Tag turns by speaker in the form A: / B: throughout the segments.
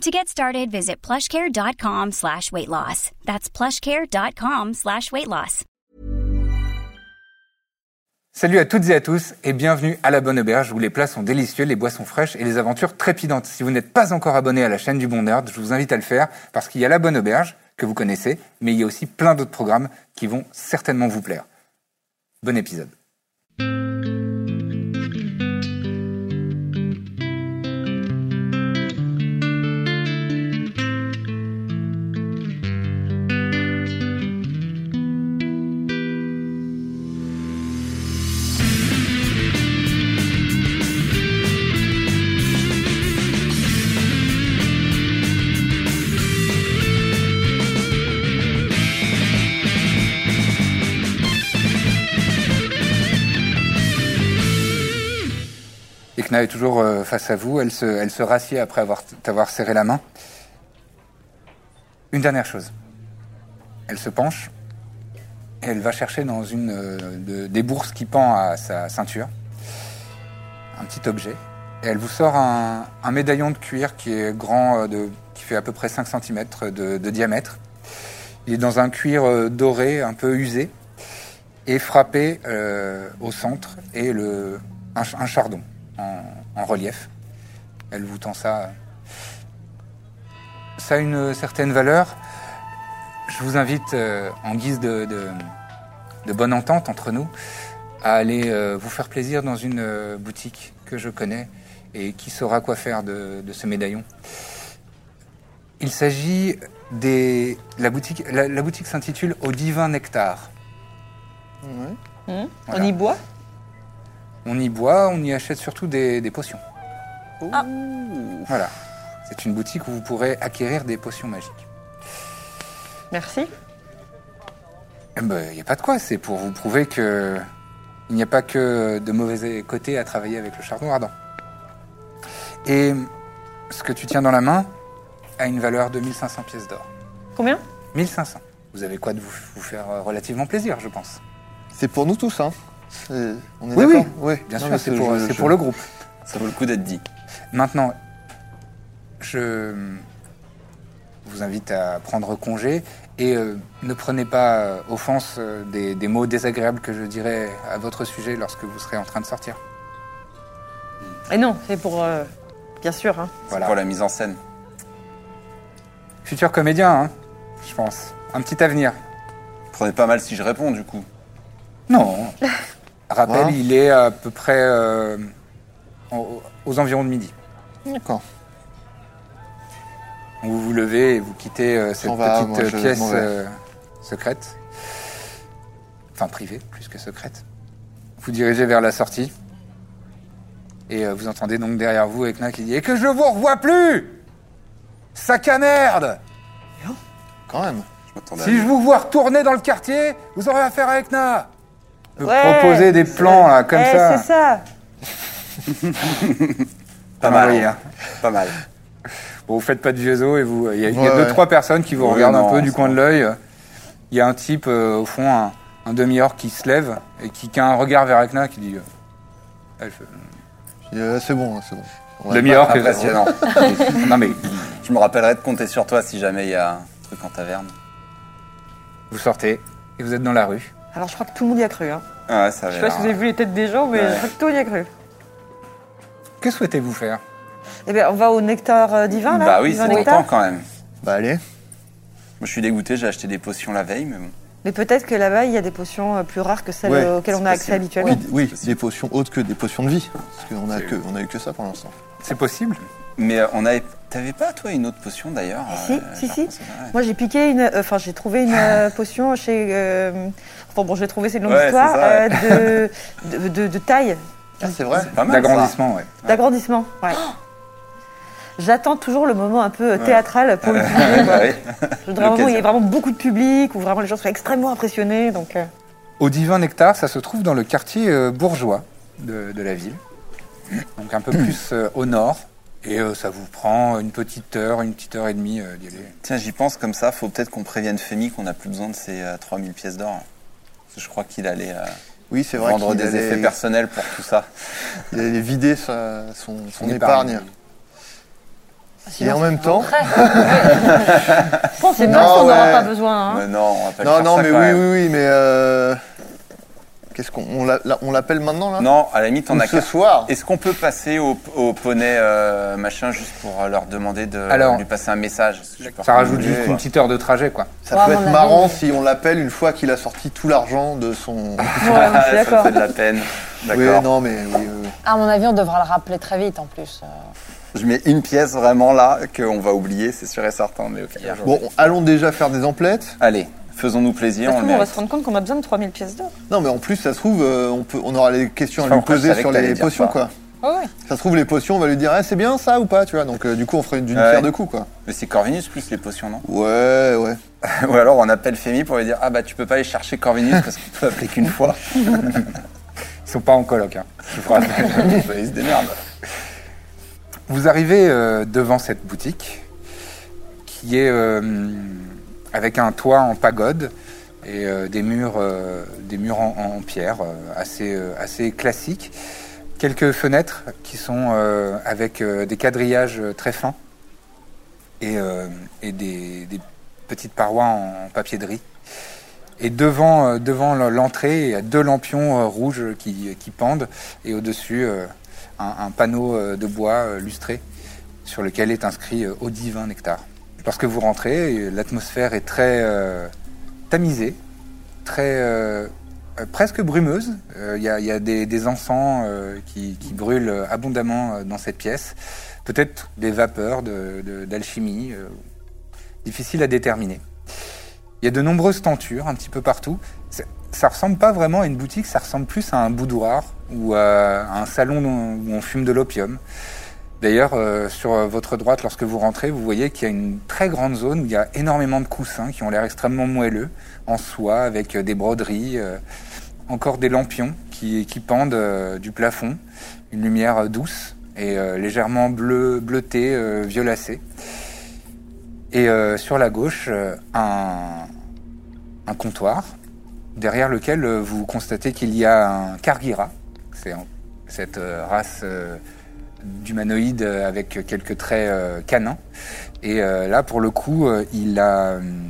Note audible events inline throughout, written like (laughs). A: To get started, visit plushcare.com slash weight loss. That's plushcare.com slash weight loss.
B: Salut à toutes et à tous et bienvenue à la Bonne Auberge où les plats sont délicieux, les boissons fraîches et les aventures trépidantes. Si vous n'êtes pas encore abonné à la chaîne du Bon Nerd, je vous invite à le faire parce qu'il y a la Bonne Auberge que vous connaissez, mais il y a aussi plein d'autres programmes qui vont certainement vous plaire. Bon épisode. Ekna est toujours euh, face à vous. Elle se, elle se rassied après avoir t'avoir serré la main. Une dernière chose. Elle se penche. Et elle va chercher dans une euh, de- des bourses qui pend à sa ceinture un petit objet. Et elle vous sort un, un médaillon de cuir qui est grand, euh, de, qui fait à peu près 5 cm de, de diamètre. Il est dans un cuir euh, doré, un peu usé, et frappé euh, au centre, et le, un, ch- un chardon en, en relief. Elle vous tend ça. Ça a une certaine valeur. Je vous invite, euh, en guise de, de- de bonne entente entre nous, à aller euh, vous faire plaisir dans une euh, boutique que je connais et qui saura quoi faire de, de ce médaillon. Il s'agit des. La boutique, la, la boutique s'intitule Au Divin Nectar. Voilà.
C: On y boit
B: On y boit, on y achète surtout des, des potions.
C: Ah.
B: Voilà. C'est une boutique où vous pourrez acquérir des potions magiques.
C: Merci.
B: Il n'y Eh ben, a pas de quoi, c'est pour vous prouver que il n'y a pas que de mauvais côtés à travailler avec le charbon ardent. Et ce que tu tiens dans la main a une valeur de 1500 pièces d'or.
C: Combien
B: 1500. Vous avez quoi de vous, vous faire euh, relativement plaisir, je pense.
D: C'est pour nous tous, hein. C'est- On est
B: Oui,
D: d'accord Oui,
B: Bien
D: Non,
B: sûr,
D: mais euh,
B: c'est pour,
D: je-
B: c'est
D: je-
B: pour le groupe.
E: Ça vaut le coup d'être dit.
B: Maintenant, je vous invite à prendre congé et euh, ne prenez pas euh, offense euh, des, des mots désagréables que je dirai à votre sujet lorsque vous serez en train de sortir.
C: Et non, c'est pour. euh, bien sûr. hein.
B: Voilà.
E: C'est pour la mise en scène.
B: Futur comédien, hein, je pense. Un petit avenir.
E: Prenez pas mal si je réponds, du coup.
B: Non. Rappel,
D: Voilà.
B: il est à peu près euh, en- aux environs de midi.
D: D'accord.
B: Donc Vous vous levez et vous quittez euh, cette
D: On va,
B: petite
D: moi,
B: euh,
D: je
B: pièce
D: m'en vais.
B: euh, secrète. Enfin, privée, plus que secrète. Vous dirigez vers la sortie. Et euh, vous entendez donc derrière vous Ekna qui dit Et que je vous revois plus Sac à merde
D: Quand même.
E: Je m'attendais
D: Bah
E: à
B: Si
E: mieux.
B: je vous vois retourner dans le quartier, vous aurez affaire à Ekna Vous
C: Ouais,
B: proposez des
C: c'est-
B: plans là, comme
C: Eh,
B: ça.
C: C'est ça.
E: Pas
B: Vous
E: mal.
B: voyez,
E: hein.
B: hein.
E: Pas mal.
B: Bon, vous faites pas de vieux os et vous. Il y a, il y a
D: Ouais,
B: deux,
D: ouais.
B: trois personnes qui vous
E: Oui,
B: regardent
E: non,
B: un peu du
E: c'est
B: coin de
E: bon.
B: l'œil. Il y a un type, euh, au fond, un, un demi-orc qui se lève et qui, qui a un regard vers Akna qui dit. euh, elle fait,
D: Je dis, euh, c'est bon, hein, c'est bon. On va-
B: demi-orc, c'est
E: Impressionnant.
B: (laughs) Non, mais
E: je me rappellerai de compter sur toi si jamais il y a un truc en taverne.
B: vous sortez et vous êtes dans la rue.
C: Alors je crois que tout le monde y a cru. Hein.
E: Ah ouais, ça
C: Je sais
E: avait
C: pas si vous avez
E: l'air-
C: vu les têtes des gens, mais
E: Ouais.
C: je crois que tout le monde y a cru.
B: Que souhaitez-vous faire
C: Eh bien, on va au nectar euh, divin là
E: Bah oui,
C: divin
E: c'est
C: nectar.
E: longtemps quand même. Moi,
D: Bah allez.
E: je suis dégoûté, j'ai acheté des potions la veille, mais bon.
C: Mais peut-être que là-bas, il y a des potions euh, plus rares que celles
D: Ouais,
C: euh, auxquelles on a
E: c'est
C: accès
E: possible.
C: habituellement.
D: Oui, oui,
E: possible.
D: des potions autres que des potions de vie. Parce qu'on a, que- on a eu que ça pour l'instant.
B: C'est possible
E: Mais euh, on avait. T'avais pas, toi, une autre potion d'ailleurs
C: Si,
E: euh,
C: si,
E: genre,
C: si.
E: comme ça, ouais.
C: Moi, j'ai piqué une. euh, Enfin, j'ai trouvé une
E: (laughs)
C: euh, potion chez. euh, Enfin, bon, j'ai trouvé, c'est une longue
E: Ouais,
C: histoire.
E: c'est ça, ouais.
C: euh, de, de, de- de taille,
D: Ah, c'est vrai
E: C'est pas mal. ça.
B: L'agrandissement, ouais.
C: d'agrandissement. Ouais. (gasps) J'attends toujours le moment un peu euh, théâtral pour le public. quoi.
E: Bah oui.
C: Je voudrais vraiment, il y ait
E: L'occasion.
C: vraiment beaucoup de public, où vraiment les gens soient extrêmement impressionnés. Donc,
F: (laughs)
C: euh,
B: Au Divin Nectar, ça se trouve dans le quartier euh, bourgeois de, de la ville, donc un peu plus euh, au nord. Et euh, ça vous prend une petite heure, une petite heure et demie euh, d'y aller.
E: Tiens, j'y pense comme ça, faut peut-être qu'on prévienne Femi qu'on n'a plus besoin de ces euh, 3000 pièces d'or. Parce que je crois qu'il allait euh,
D: Oui, c'est vrai.
E: vendre
D: qu'il
E: des
D: allait-
E: effets personnels pour tout ça.
D: Il allait vider sa- son, son
B: Son
D: épargne.
B: épargne.
D: Et en même temps.
C: je pense que c'est
D: Non,
C: mince, on n'aura
D: ouais.
C: pas besoin. hein.
E: Mais non, on va pas le
D: Non,
E: faire
D: non,
E: ça
D: mais
E: quand
D: oui,
E: même.
D: oui, oui, mais. euh, Qu'est-ce qu'on on l'a- la- on l'appelle maintenant là
E: Non, à la limite, on (laughs)
D: Ou
E: a
D: ce
E: qu'à-
D: soir.
E: Est-ce qu'on peut passer au, au poney euh, machin juste pour euh, leur demander de
B: Alors,
E: lui passer un message parce que j'ai peur
B: Ça
E: qu'on
B: rajoute
E: oublie,
B: juste
E: quoi.
B: une petite heure de trajet, quoi.
D: Ça peut
C: Ouais, à
D: être
C: mon
D: marrant
C: avis.
D: si on l'appelle une fois qu'il a sorti tout l'argent de son.
C: (laughs) Ouais, ouais, je
E: Ah,
C: suis
E: (laughs) ça
C: d'accord.
E: fait de la peine.
D: oui,
E: D'accord.
D: non, mais oui, oui, oui.
F: À mon avis, on devra le rappeler très vite en plus. euh.
E: Je mets une pièce vraiment là qu'on va oublier, c'est sûr et certain. Mais ok.
D: Bon, on- allons déjà faire des emplettes.
E: Allez, faisons-nous plaisir.
C: Parce
E: on
C: que
E: le
C: nous, on va
E: mérite.
C: se rendre compte qu'on a besoin de 3000 pièces d'or.
D: Non, mais en plus, ça se trouve, euh, on, peut, on aura les questions à
E: Enfin,
D: lui
E: en fait, je
D: poser
E: savais
D: sur
E: que t'allais
D: les
E: dire
D: potions,
E: ça.
D: quoi.
F: Ah oui.
D: Ça se trouve, les potions, on va lui dire, Eh, c'est bien ça ou pas, tu vois. Donc, euh, du coup, on ferait d'une
E: Ouais.
D: pierre deux coups, quoi.
E: Mais c'est Corvinus plus les potions, non
D: Ouais, ouais.
E: (laughs) Ou alors on appelle Femi pour lui dire Ah bah tu peux pas aller chercher Corvinus parce qu'il peut appeler qu'une (laughs) fois.
B: Ils sont pas en coloc, hein. je vous rappelle.
E: Bah, il se démerde.
C: Ah,
B: Vous arrivez euh, devant cette boutique qui est euh, avec un toit en pagode et euh, des murs, euh, des murs en, en pierre euh, assez, euh, assez classiques. Quelques fenêtres qui sont euh, avec euh, des quadrillages euh, très fins et, euh, et des, des petites parois en, papier de riz. Et devant, euh, devant l'entrée, il y a deux lampions euh, rouges qui, qui pendent et au-dessus, euh, un, un panneau euh, de bois euh, lustré sur lequel est inscrit euh, Au divin nectar. Lorsque vous rentrez, euh, l'atmosphère est très euh, tamisée, très euh, euh, presque brumeuse. Euh, Il y a- il y, a des, des encens euh, qui, qui brûlent euh, abondamment euh, dans cette pièce. Peut-être des vapeurs de- de- d'alchimie, euh, difficile à déterminer. Il y a de nombreuses tentures un petit peu partout. C'est- Ça ressemble pas vraiment à une boutique, ça ressemble plus à un boudoir ou à un salon où on fume de l'opium. D'ailleurs, euh, sur votre droite, lorsque vous rentrez, vous voyez qu'il y a une très grande zone où il y a énormément de coussins qui ont l'air extrêmement moelleux, en soie, avec euh, des broderies, euh, encore des lampions qui, qui pendent euh, du plafond, une lumière euh, douce et euh, légèrement bleu, bleutée, euh, violacée. Et euh, sur la gauche, euh, un, un comptoir derrière lequel euh, vous constatez qu'il y a un Kargira. C'est en- cette euh, race euh, d'humanoïde euh, avec quelques traits euh, canins. Et euh, là, pour le coup, euh, il a, hum,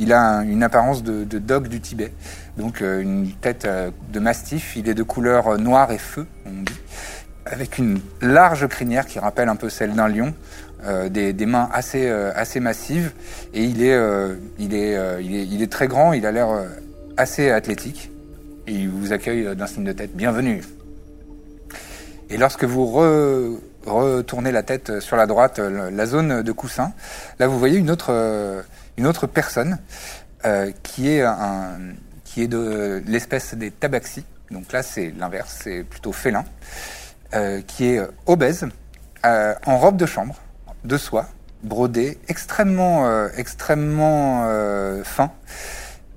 B: il a un- une apparence de, de dog du Tibet. Donc euh, une tête euh, de mastif. Il est de couleur euh, noire et feu, on dit. Avec une large crinière qui rappelle un peu celle d'un lion. euh, des, des mains assez, euh, assez massives et il est, euh, il, est, euh, il, est, il est très grand, il a l'air euh, assez athlétique. Et il vous accueille euh, d'un signe de tête. Bienvenue. Et lorsque vous re- retournez la tête euh, sur la droite, euh, le- la zone de coussin, là vous voyez une autre, euh, une autre personne euh, qui, est un, qui est de l'espèce des tabaxis. Donc là c'est l'inverse, c'est plutôt félin, euh, qui est euh, obèse, euh, en robe de chambre, de soie, brodée, extrêmement, euh, extrêmement euh, fin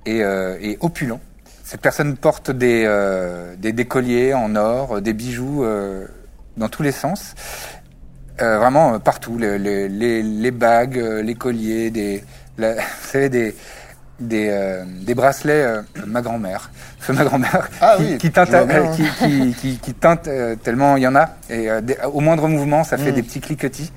B: et, euh, et opulent. Cette personne porte des, euh, des, des colliers en or, euh, des bijoux euh, dans tous les sens. Euh, vraiment euh, partout, les, les, les- les bagues, euh, les colliers, des, la- (laughs) vous savez, des, des, euh, des bracelets, euh, ma grand-mère, feu ma grand-mère,
D: Ah
B: qui,
D: oui,
B: qui teinte,
D: je vois bien,
B: euh,
D: hein.
B: qui, qui, qui- qui teinte, euh, tellement il y en a. Et euh, des- au moindre mouvement, ça
D: Mm.
B: fait des petits cliquetis.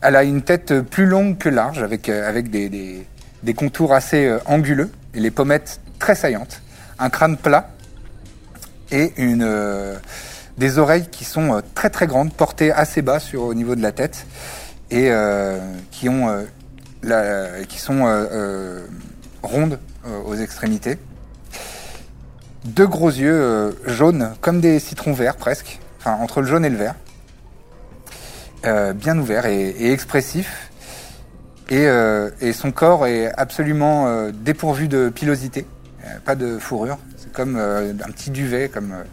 B: Elle a une tête euh, plus longue que large, avec, euh, avec des, des- des contours assez euh, anguleux, et les pommettes très saillantes, un crâne plat et une, euh, des oreilles qui sont euh, très très grandes, portées assez bas sur, au niveau de la tête, et euh, qui, ont, euh, la- qui sont euh, euh, rondes euh, aux extrémités. Deux gros yeux euh, jaunes, comme des citrons verts presque, enfin entre le jaune et le vert euh, bien ouvert et, et expressif. Et, euh, et son corps est absolument euh, dépourvu de pilosité, euh, pas de fourrure. C'est comme euh, un petit duvet, comme euh,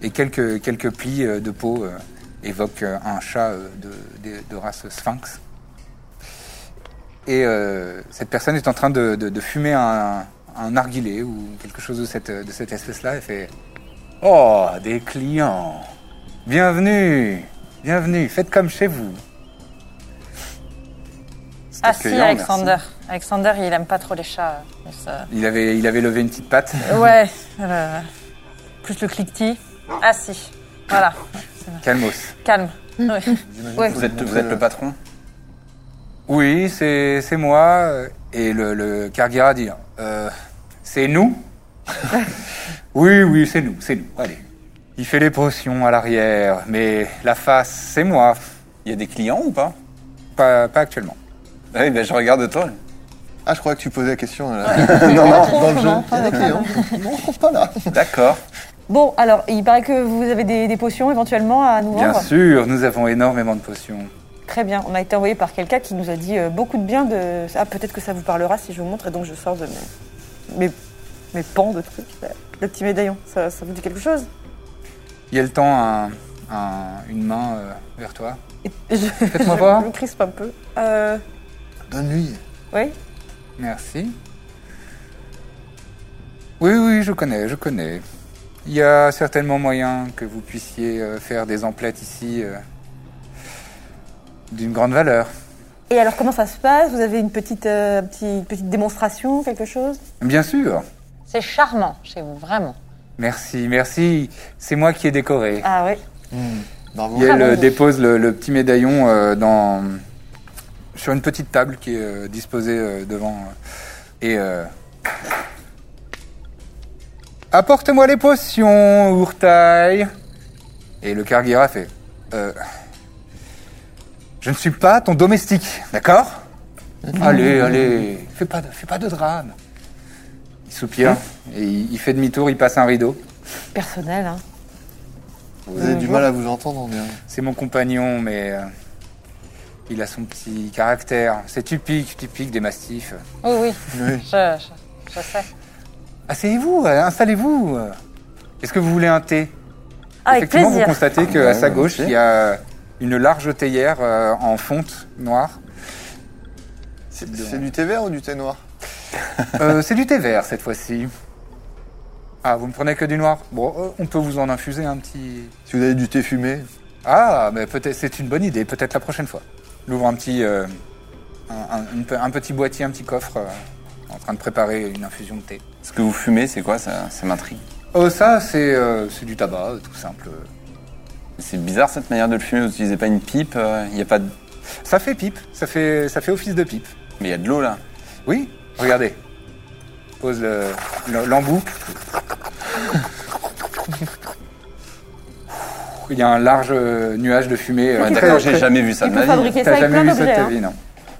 B: et quelques quelques plis euh, de peau euh, évoque euh, un chat euh, de, de- de race sphinx. Et euh, cette personne est en train de, de- de fumer un, un narguilé ou quelque chose de cette, de cette espèce-là et fait Oh, des clients Bienvenue Bienvenue, faites comme chez vous.
E: C'est
F: Ah si,
E: accueillant, merci.
F: Alexander. Alexander, il aime pas trop les chats. euh, mais ça-
B: Il avait, il avait levé une petite patte.
F: Ouais, euh, plus le cliquetis. Ah si, voilà,
B: Calmos.
F: calme.
E: Vous êtes, vous êtes le patron
B: Oui, c'est c'est moi. Et le, le Kargira dit Euh, C'est nous Oui, oui, c'est nous, c'est nous. Allez. Il fait les potions à l'arrière, mais la face, c'est moi.
E: Il y a des clients ou pas
B: Pas, pas actuellement.
E: Oui, ben je regarde toi.
D: Ah, je croyais que tu posais la question. là. non, non, (laughs) dans le jeu. Il y a des clients. Non, on trouve pas là.
E: D'accord.
C: Bon, alors, il paraît que vous avez des, des potions éventuellement à nous
B: Bien
C: vendre.
B: sûr, nous avons énormément de potions.
C: Très bien. On a été envoyé par quelqu'un qui nous a dit euh, beaucoup de bien de. Ah, peut-être que ça vous parlera si je vous montre. Et donc, je sors de mes, mes, mes pans de trucs. là. Le petit médaillon, ça, ça vous dit quelque chose
B: Il y a le temps, un- un- une main euh, vers toi.
C: Et (laughs) Je,
B: Faites-moi
C: je
B: voir.
C: me crispe un peu. Euh,
D: Donne-lui.
C: oui
B: Merci. Oui, oui, je connais, je connais. Il y a certainement moyen que vous puissiez euh, faire des emplettes ici euh, d'une grande valeur.
C: Et alors, comment ça se passe Vous avez une petite, euh, petite, petite démonstration, quelque chose
B: Bien sûr.
F: C'est charmant chez vous, vraiment.
B: Merci, merci. C'est moi qui ai décoré.
C: Ah oui.
D: Bravo.
B: Et elle euh, dépose le, le petit médaillon euh, dans, sur une petite table qui est euh, disposée euh, devant. euh, et. euh, Apporte-moi les potions, Ourtaille Et le Kargira fait. Euh, je ne suis pas ton domestique, d'accord Allez, allez, fais pas, de, fais pas de drame. Il soupire et il, il fait demi-tour, il passe un rideau.
C: Personnel, hein.
D: Vous avez du mal à vous entendre, on dirait.
B: C'est mon compagnon, mais euh, il a son petit caractère. C'est typique, typique des mastifs.
F: Oui, oui,
D: Oui.
F: je, je- je sais.
B: Asseyez-vous, euh, installez-vous. Est-ce que vous voulez un thé
C: Ah, Avec
B: Effectivement,
C: plaisir.
B: vous constatez qu'à sa gauche,
E: ok.
B: il y a une large théière euh, en fonte noire.
D: C'est c'est du thé vert ou du thé noir
B: Euh, C'est du thé vert cette fois-ci. Ah, vous ne prenez que du noir Bon, euh, on peut vous en infuser un petit.
D: Si vous avez du thé fumé,
B: Ah, mais peut-être c'est une bonne idée, peut-être la prochaine fois. Il ouvre un petit, euh, un, un- une pe- un petit boîtier, un petit coffre, euh, en train de préparer une infusion de thé.
E: Ce que vous fumez, c'est quoi Ça, ça m'intrigue.
B: Oh, ça, c'est euh, c'est du tabac, euh, tout simple.
E: C'est bizarre cette manière de le fumer. Vous n'utilisez pas une pipe. euh, Il y a pas de...
B: Ça fait pipe, ça fait, ça fait office de pipe.
E: Mais il y a de l'eau là.
B: Oui, regardez. Pose le- le- l'embout. Il y a un large euh, nuage de fumée. euh,
E: Ouais,
B: très-
E: D'accord,
B: très-
E: j'ai jamais vu ça de
C: Il peut
E: ma vie.
C: fabriquer ça
B: T'as
C: avec
B: jamais
C: plein
B: vu ça de
C: d'objets.
B: ta
C: hein.
B: vie, non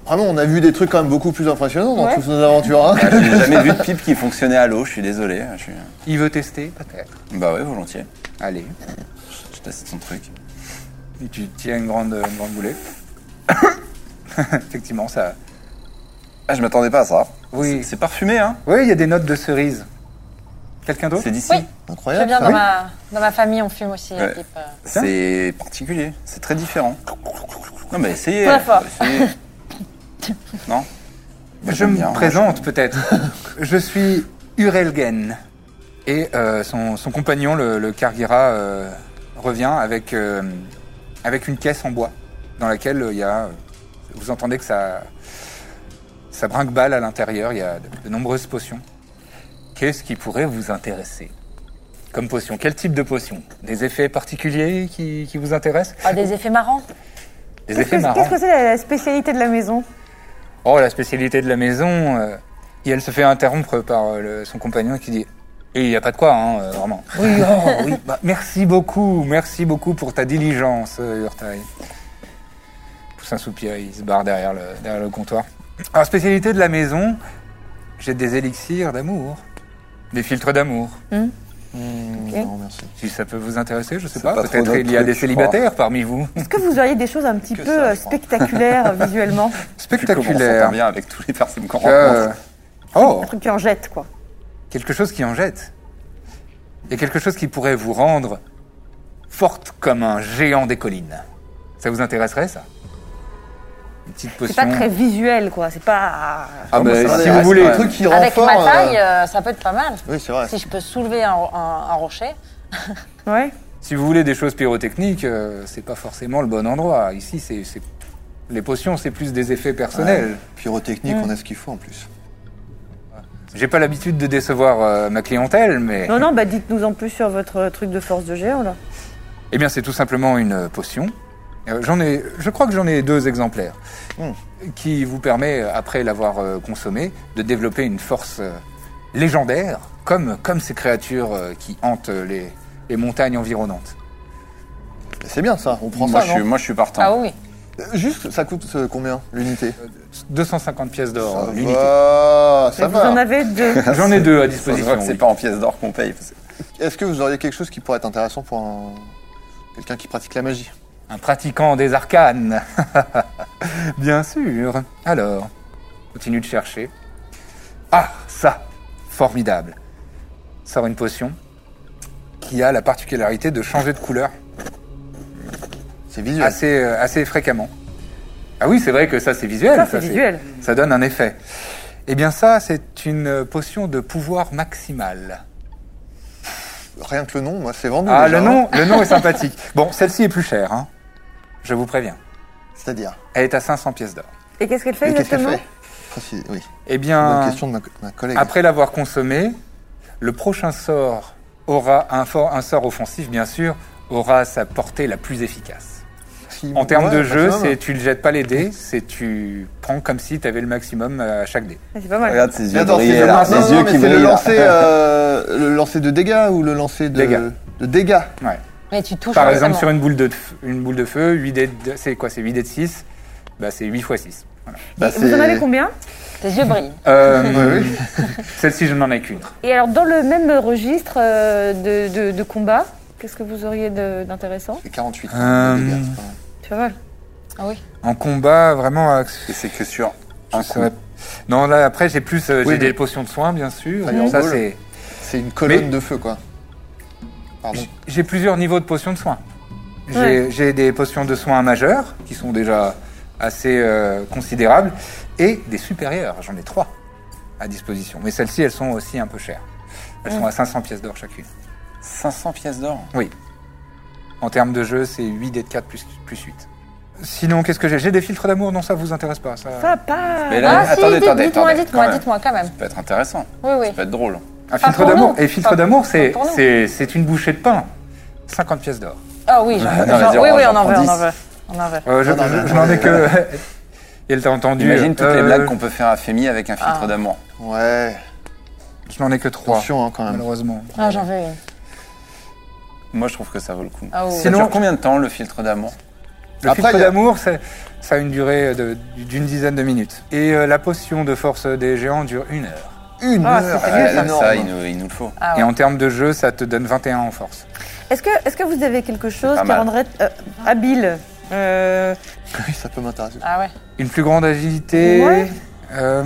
D: vraiment, on a vu des trucs quand même beaucoup plus impressionnants dans
C: Ouais.
D: toutes nos aventures. hein.
E: Ah, J'ai jamais vu de pipe qui fonctionnait à l'eau. Je suis désolé. Je suis...
B: Il veut tester, peut-être.
E: Bah ouais, volontiers.
B: Allez.
E: Je teste son truc.
B: Et tu tiens une grande, une grande boulée. (coughs) Effectivement, ça.
E: Ah, je m'attendais pas à ça.
B: Oui.
E: C'est- C'est parfumé, hein
B: Oui, il y a des notes de cerise. Quelqu'un d'autre
E: C'est d'ici.
F: Oui,
D: (laughs)
F: je
D: Incroyable.
F: viens
D: ça.
F: dans, ma, dans ma famille, on fume aussi. la
E: Ouais.
F: pipe, euh.
E: C'est particulier, c'est très différent. Non mais essayez.
F: Très fort.
E: essayez. non Moi,
B: Je
E: j'aime
B: me
E: bien, hein,
B: présente peut-être. je suis Urelgen. Et euh, son, son compagnon, le, le Kargira, euh, revient avec, euh, avec une caisse en bois dans laquelle euh, il y a. Vous entendez que ça. Ça brinque-balle à l'intérieur, il y a de, de nombreuses potions. Qu'est-ce qui pourrait vous intéresser Comme potion Quel type de potion Des effets particuliers qui, qui vous intéressent
F: Ah, des effets marrants.
B: Des
C: Qu'est-ce
B: effets
C: que-
B: marrants
C: qu'est-ce que c'est la, la spécialité de la maison
B: Oh, la spécialité de la maison. euh, et elle se fait interrompre par euh, le- son compagnon qui dit Et il n'y a pas de quoi, hein, euh, vraiment. (laughs) Oui, oh, oui. bah, merci beaucoup, merci beaucoup pour ta diligence, euh, Urtaï. Pousse un soupir, il se barre derrière le, derrière le comptoir. Alors, spécialité de la maison j'ai des élixirs d'amour, des filtres d'amour. Hum.
D: Non, merci.
B: Si ça peut vous intéresser, je sais
E: C'est
B: pas.
E: pas trop
B: Peut-être
E: notre
B: il y a
E: truc,
B: des
E: je
B: célibataires parmi vous.
C: Est-ce que vous auriez des choses un petit
E: Que
C: peu
E: ça,
C: euh,
E: je crois.
C: spectaculaires euh,
E: (laughs)
C: visuellement
E: Plus comment on s'entend
B: Spectaculaire.
E: bien avec toutes les personnes qu'on
B: Euh,
E: rencontre.
B: Oh
C: Un truc qui en jette, quoi.
B: quelque chose qui en jette. Il y a quelque chose qui pourrait vous rendre forte comme un géant des collines. Ça vous intéresserait, ça Une petite
C: C'est
B: potion.
C: pas très visuel, quoi. C'est pas.
B: Ah, bah,
D: bah,
B: si
D: c'est-
B: vous voulez.
D: Un truc qui
F: Avec
D: renfort,
F: ma
D: euh,
F: taille, euh, ça peut être pas mal.
D: Oui, c'est vrai.
F: Si je peux soulever un, un- un rocher.
C: Ouais.
B: Si vous voulez des choses pyrotechniques, euh, c'est pas forcément le bon endroit. Ici, c'est c'est- les potions, c'est plus des effets personnels.
D: Ouais, Pyrotechnique, on a ce qu'il faut en plus.
B: J'ai pas l'habitude de décevoir euh, ma clientèle, mais
C: Non, non, bah dites-nous en plus sur votre euh, truc de force de géant, là.
B: eh bien, c'est tout simplement une euh, potion. Euh, j'en ai, je crois que j'en ai deux exemplaires,
E: Hmm.
B: qui vous permet, euh, après l'avoir euh, consommé, de développer une force euh, légendaire, comme comme ces créatures euh, qui hantent euh, les, les montagnes environnantes.
D: C'est bien ça, on prend
E: Moi,
D: ça.
E: je suis,
D: non
E: moi, je suis partant.
F: Ah oui.
D: Euh, Juste, ça coûte euh, combien l'unité
B: 250 pièces d'or euh, l'unité.
D: Ah, ça
C: Et vous en
D: va.
C: avez deux.
B: J'en ai deux à
E: Ça se voit
B: disposition.
E: que c'est
B: oui.
E: pas en pièces d'or qu'on paye. parce que-
D: Est-ce que vous auriez quelque chose qui pourrait être intéressant pour un... quelqu'un qui pratique la magie
B: Un pratiquant des arcanes. (laughs) Bien sûr. Alors, continue de chercher. Ah, ça, formidable. Sort une potion qui a la particularité de changer de couleur
D: C'est visuel.
B: assez, euh, assez fréquemment. Ah oui, c'est vrai que ça c'est visuel.
C: Ça, c'est visuel.
B: Ça donne un effet. Eh bien ça, c'est une potion de pouvoir maximal.
D: Rien que le nom, moi, c'est vendu.
B: Ah,
D: déjà,
B: le
D: hein.
B: nom, le nom est sympathique. Bon, celle-ci est plus chère, hein. je vous préviens.
D: C'est-à-dire
B: Elle est à 500 pièces d'or.
C: Et qu'est-ce qu'elle fait
D: Mais qu'est-ce qu'elle
C: exactement
D: fait Précis- Oui.
B: Eh
D: Bonne
B: bien,
D: question de ma, ma collègue.
B: Après l'avoir consommé, le prochain sort aura un, fort, un sort offensif, bien sûr, aura sa portée la plus efficace.
D: Si-
B: En termes
D: ouais,
B: de jeu,
D: maximum.
B: c'est tu ne jettes pas les dés, c'est tu prends comme si tu avais le maximum euh, à chaque dé.
C: C'est pas mal.
E: Regarde ses
D: Mais
E: yeux
D: attends,
E: briller
D: c'est le,
E: là.
D: lan- non,
E: Ses
D: non,
E: yeux
D: mais c'est
E: qui
D: le
E: brillent. là.
D: lancer, euh, le lancer de dégâts ou le lancer de
B: Dégâts.
D: de dégâts
B: Ouais.
F: Mais tu touches.
B: Par exemple, sur
F: forcément.
B: une boule de, f- une boule de feu, 8 dés de- c'est quoi C'est 8 dés de 6 bah, C'est 8 x 6.
D: Bah,
C: Et vous en
D: c'est-
C: avez combien
F: Tes yeux brillent.
D: (laughs)
B: Euh, Celle-ci, je n'en ai qu'une.
C: Et alors, dans le même registre euh, de, de- de combat, qu'est-ce que vous auriez de- d'intéressant
D: C'est 48.
B: Euh,
D: de dégâts, c'est pas mal.
C: C'est pas mal.
F: Ah oui.
B: En combat, vraiment. euh,
E: Et c'est que sur
B: je
E: un
B: serais-
E: coup.
B: Non, là, après, j'ai plus. euh,
D: Oui,
B: j'ai des
D: mais-
B: potions de soins, bien sûr.
D: Très bien,
B: Ça,
D: ball.
B: c'est.
D: C'est une colonne
B: Mais-
D: de feu, quoi. Pardon.
B: J- J'ai plusieurs niveaux de potions de soins. J'ai
C: Ouais.
B: j'ai des potions de soins majeures, qui sont déjà assez euh, considérables, et des supérieures. J'en ai trois à disposition. Mais celles-ci, elles sont aussi un peu chères. Elles sont à 500 pièces d'or chacune.
E: 500 pièces d'or.
B: Oui. En termes de jeu, c'est 8 dés de 4 plus, plus 8. Sinon, qu'est-ce que j'ai J'ai des filtres d'amour, non, ça vous intéresse pas. Ça...
C: Ça, pas.
E: Mais
F: Ah
E: là,
F: si,
E: attendez,
F: dites-
E: attendez,
F: dites-moi,
E: attendez,
F: dites-moi,
E: quand même.
F: dites-moi quand même.
E: Ça peut être intéressant.
F: Oui, oui.
E: Ça peut être drôle.
B: Un
F: Pas
B: filtre
F: pour
B: d'amour.
F: nous.
B: Et filtre
F: Pas-
B: d'amour,
F: pas
B: c'est
F: pour nous.
B: c'est- c'est une bouchée de pain. 50 pièces d'or.
F: Ah oui, j'en-
E: vas-y,
F: j'en- oui,
E: on
F: oui,
E: va,
F: on en
E: j'en
F: veut, on
E: prends
F: en
E: 10.
F: veut. On en veut.
B: Euh, je
D: Ah Non, non,
B: je-
D: mais
B: je n'en ai (laughs) que. Elle t'a entendu.
E: Imagine toutes les
B: euh,
E: blagues qu'on peut faire à Femi avec un filtre
F: Ah.
E: d'amour.
D: Ouais,
B: Je n'en ai que trois,
D: attention hein, quand même.
B: malheureusement.
F: Ah, j'en veux une.
E: Moi, je trouve que ça vaut le coup.
F: Ah oui.
E: Ça
B: Sinon-
E: dure combien de temps le filtre d'amour
B: Le
D: Après,
B: filtre
D: il y a-
B: d'amour, c'est- ça a une durée de- d'une dizaine de minutes. Et euh, la potion de force des géants dure une heure.
D: Une
C: Ah,
D: heure,
C: c'est
D: elle est
E: Ah,
D: énorme.
E: Ça, il nous, il nous le faut.
F: Ah
B: Et
F: ouais.
B: en termes de jeu, ça te donne 21 en force.
C: Est-ce que, est que vous avez quelque chose
E: pas
C: qui
E: mal.
C: rendrait euh, habile euh,
D: Oui, (laughs) ça peut m'intéresser.
F: Ah ouais.
B: Une plus grande agilité.
C: Ouais.
B: euh,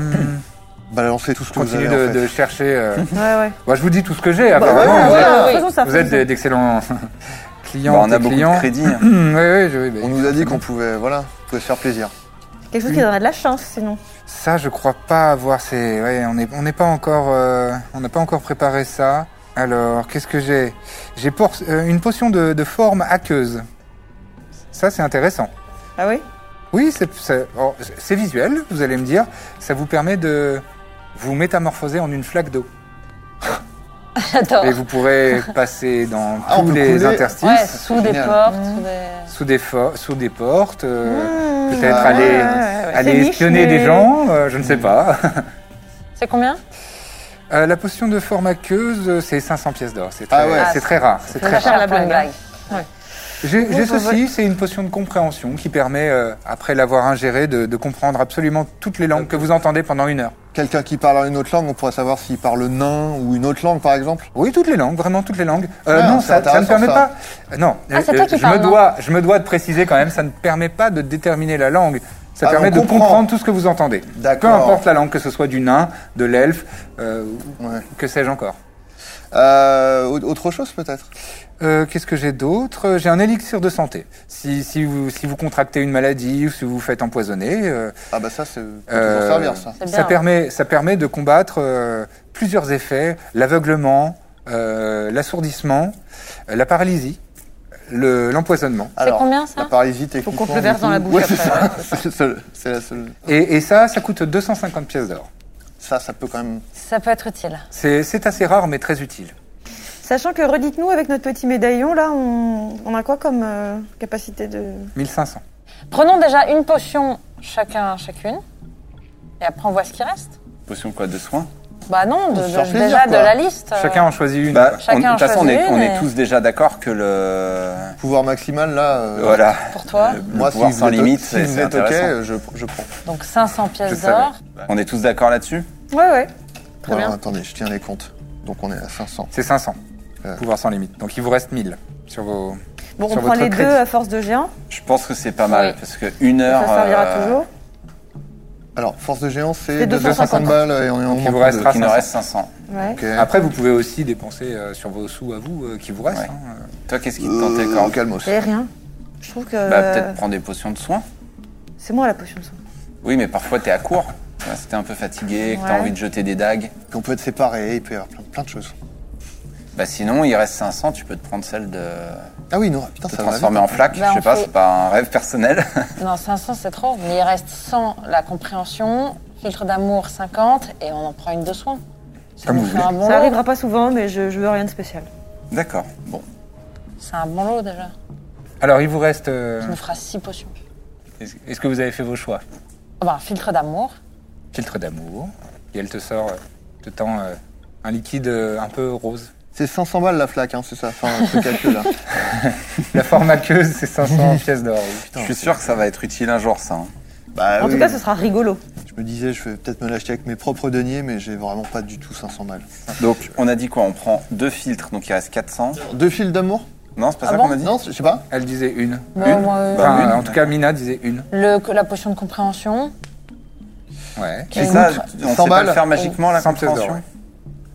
D: Balancez (clears throat) tout ce que vous
B: continue
D: avez,
B: de,
D: en
B: de
D: fait.
B: chercher.
D: (laughs)
B: euh.
C: Ouais, ouais. Bah,
B: Moi, je vous dis tout ce que j'ai. apparemment,
D: ouais,
B: vous
D: ouais,
B: êtes-
F: Ah oui.
C: De toute façon, ça
B: vous
C: fait
B: êtes,
C: plaisir.
B: d'excellents (laughs) clients.
E: Bah, on a beaucoup
B: (clears throat)
E: de crédits. hein.
B: bah,
D: On nous a dit qu'on pouvait, voilà, on pouvait se faire plaisir.
C: Quelque chose qui donnerait de la chance, sinon.
B: Ça, je crois pas avoir. C'est, ouais, on n'est on n'est pas encore, euh, on n'a pas encore préparé ça. Alors, qu'est-ce que j'ai J'ai por- euh, une potion de, de forme aqueuse. Ça, c'est intéressant.
C: Ah oui
B: Oui, c'est, c'est- oh, c'est- c'est visuel. Vous allez me dire, ça vous permet de vous métamorphoser en une flaque d'eau.
F: J'adore.
B: Et vous
C: (laughs)
B: pourrez passer dans
D: Ah, on
B: tous
D: peut
B: les
D: couler.
B: interstices,
F: Ouais, sous des
D: génial.
F: portes, sous des.
B: sous des fo- sous des portes, euh, peut-être
D: Ah,
B: aller
C: ouais, ouais, ouais.
B: aller
C: C'est niche,
B: espionner
C: mais-
B: des gens. euh, je ne sais pas.
F: C'est combien
B: Euh, la potion de forme aqueuse, euh, c'est 500 pièces d'or. C'est très,
D: Ah ouais.
B: c'est très rare. C'est
F: Faut
B: très
F: faire
B: rare.
F: la bonne blague. hein.
B: J'ai j'ai
C: faut-
B: ceci, c'est une potion de compréhension qui permet, euh, après l'avoir ingérée, de, de comprendre absolument toutes les langues que vous entendez pendant une heure.
D: Quelqu'un qui parle une autre langue, on pourrait savoir s'il parle nain ou une autre langue, par exemple.
B: Oui, toutes les langues, vraiment toutes les langues. Euh,
D: Ah,
B: non,
D: c'est
B: ça, ça ne
D: intéressant,
B: permet
D: ça.
B: pas. euh, Non,
F: Ah, c'est toi qui
B: je
F: parles,
B: me
F: non
B: dois, je me dois de préciser quand même, ça ne permet pas de déterminer la langue. Ça
D: Ah,
B: permet
D: on
B: de
D: comprend.
B: comprendre tout ce que vous entendez. Peu
D: D'accord.
B: importe la langue, que ce soit du nain, de l'elfe, euh,
D: Ouais.
B: que sais-je encore.
D: Euh, au- autre chose peut-être
B: Euh, Qu'est-ce que j'ai d'autre Euh, J'ai un élixir de santé. Si, si, vous, si vous contractez une maladie ou si vous vous faites empoisonner, euh,
D: Ah bah ça, c'est peut
B: euh,
D: toujours servir ça.
F: C'est bien,
B: ça,
F: hein.
B: permet, ça permet de combattre euh, plusieurs effets l'aveuglement, euh, l'assourdissement, euh, la paralysie, le- l'empoisonnement.
F: C'est combien, ça
D: La paralysie techniquement...
F: qu'on te le verse
D: du
F: dans
D: coup-
F: la bouche
D: Ouais, c'est
F: après, hein.
D: ça. (laughs) C'est seul- c'est la seule...
B: et, et ça, ça coûte 250 pièces d'or.
D: Ça, ça peut quand même...
F: Ça peut être utile.
B: C'est c'est assez rare, mais très utile.
C: Sachant que redites-nous avec notre petit médaillon, là, on, on a quoi comme euh, capacité de.
B: 1500.
F: Prenons déjà une potion chacun, chacune. Et après, on voit ce qui reste.
E: Potion quoi de soin
F: Bah non, de-
D: On se
F: de-
D: fait plaisir,
F: déjà de
D: quoi.
F: la liste. euh,
B: Chacun en choisit une.
E: Bah,
B: quoi.
E: on- de
F: Chacun
E: toute façon, on
F: choisit
E: est, on est
F: une et-
E: tous déjà d'accord que le.
D: Pouvoir maximal, là... euh,
E: Voilà.
F: Pour toi.
E: Le, le
D: Moi, si
E: pouvoir
D: vous
E: sans
D: êtes-
E: limite,
D: si
E: c'est
D: vous
E: c'est
D: êtes OK,
E: intéressant.
D: euh, je, je prends.
F: Donc 500
B: Je
F: pièces
B: savais.
F: d'or.
E: On est tous d'accord là-dessus
C: Ouais, ouais.
D: Alors, Ah, attendez, je tiens les comptes. Donc on est à 500.
B: C'est 500.
D: Euh.
B: Pouvoir sans limite. Donc il vous reste 1000 sur vos.
C: Bon,
B: Sur
C: on prend
B: votre
C: les
B: crédit.
C: deux à force de géant.
E: Je pense que c'est pas mal,
F: Oui.
E: parce que une
C: Ça
E: heure.
C: servira
E: euh,
C: toujours.
D: Alors, force de géant, c'est
C: C'est
D: 250
B: 250.
D: balles et on est en
B: il vous
D: moins
B: reste
D: deux.
E: Donc il nous
B: 500.
E: reste 500.
C: Ouais.
D: Ok.
B: Après, vous pouvez aussi dépenser euh, sur vos sous à vous euh, qui vous restent.
E: Ouais.
B: hein, euh.
E: Toi, qu'est-ce qui te tentait,
D: Euh,
E: Corbe
D: calmos.
C: J'ai rien. Je trouve que.
E: Bah, peut-être prendre des potions de soins.
C: C'est moi la potion de soin.
E: Oui, mais parfois, t'es à court. Tu vois, Si t'es un peu fatigué, que t'as
C: Ouais.
E: envie de jeter des dagues.
D: Puis On peut être séparés, il peut y avoir plein, plein de choses.
E: Bah, sinon, il reste 500, tu peux te prendre celle de
D: Ah oui, non, putain,
E: te
D: ça va
E: transformer
D: vite.
E: en flaque.
F: Bah,
E: je
F: on
E: sais pas,
F: fait-
E: c'est pas un rêve personnel. (laughs)
F: Non, 500, c'est trop. Mais il reste 100 la compréhension, filtre d'amour 50, et on en prend une de soin. Ça
B: Comme
F: nous
B: vous
F: fait un bon
C: Ça
F: lot.
C: arrivera pas souvent, mais je, je veux rien de spécial.
E: D'accord, bon.
F: C'est un bon lot déjà.
B: Alors, il vous reste. euh,
F: Ça nous fera 6 potions.
B: Est-ce est-ce que vous avez fait vos choix
F: Ah bah, filtre d'amour.
B: Filtre d'amour. Et elle te sort, euh, te tend euh, un liquide euh, un peu rose.
D: C'est 500 balles la flaque, hein, c'est ça, enfin,
B: (laughs)
D: ce calcul-là.
B: La forme aqueuse, c'est
D: (laughs)
B: 500 pièces d'or. oui.
E: Je suis sûr que ça va être utile un jour, ça. hein.
D: Bah
C: en
D: oui.
C: tout cas, ce sera rigolo.
D: Je me disais, je vais peut-être me l'acheter avec mes propres deniers, mais j'ai vraiment pas du tout 500 balles.
E: Donc, on a dit quoi On prend deux filtres, donc il reste 400.
D: Deux fils d'amour
E: Non, c'est pas
F: Ah
E: ça
F: bon
E: qu'on a dit
D: Non, je sais pas.
B: Elle disait une.
F: Moi,
E: Une
F: moi, euh,
E: Bah,
B: Enfin,
E: une.
B: en tout cas, Mina disait une.
F: le- la potion de compréhension
B: Ouais.
E: C'est
F: Et
E: ça,
F: une autre-
E: on sait
D: 100
E: pas le
D: balles.
E: faire magiquement, la
B: 100 pièces d'or.
E: compréhension
B: ouais.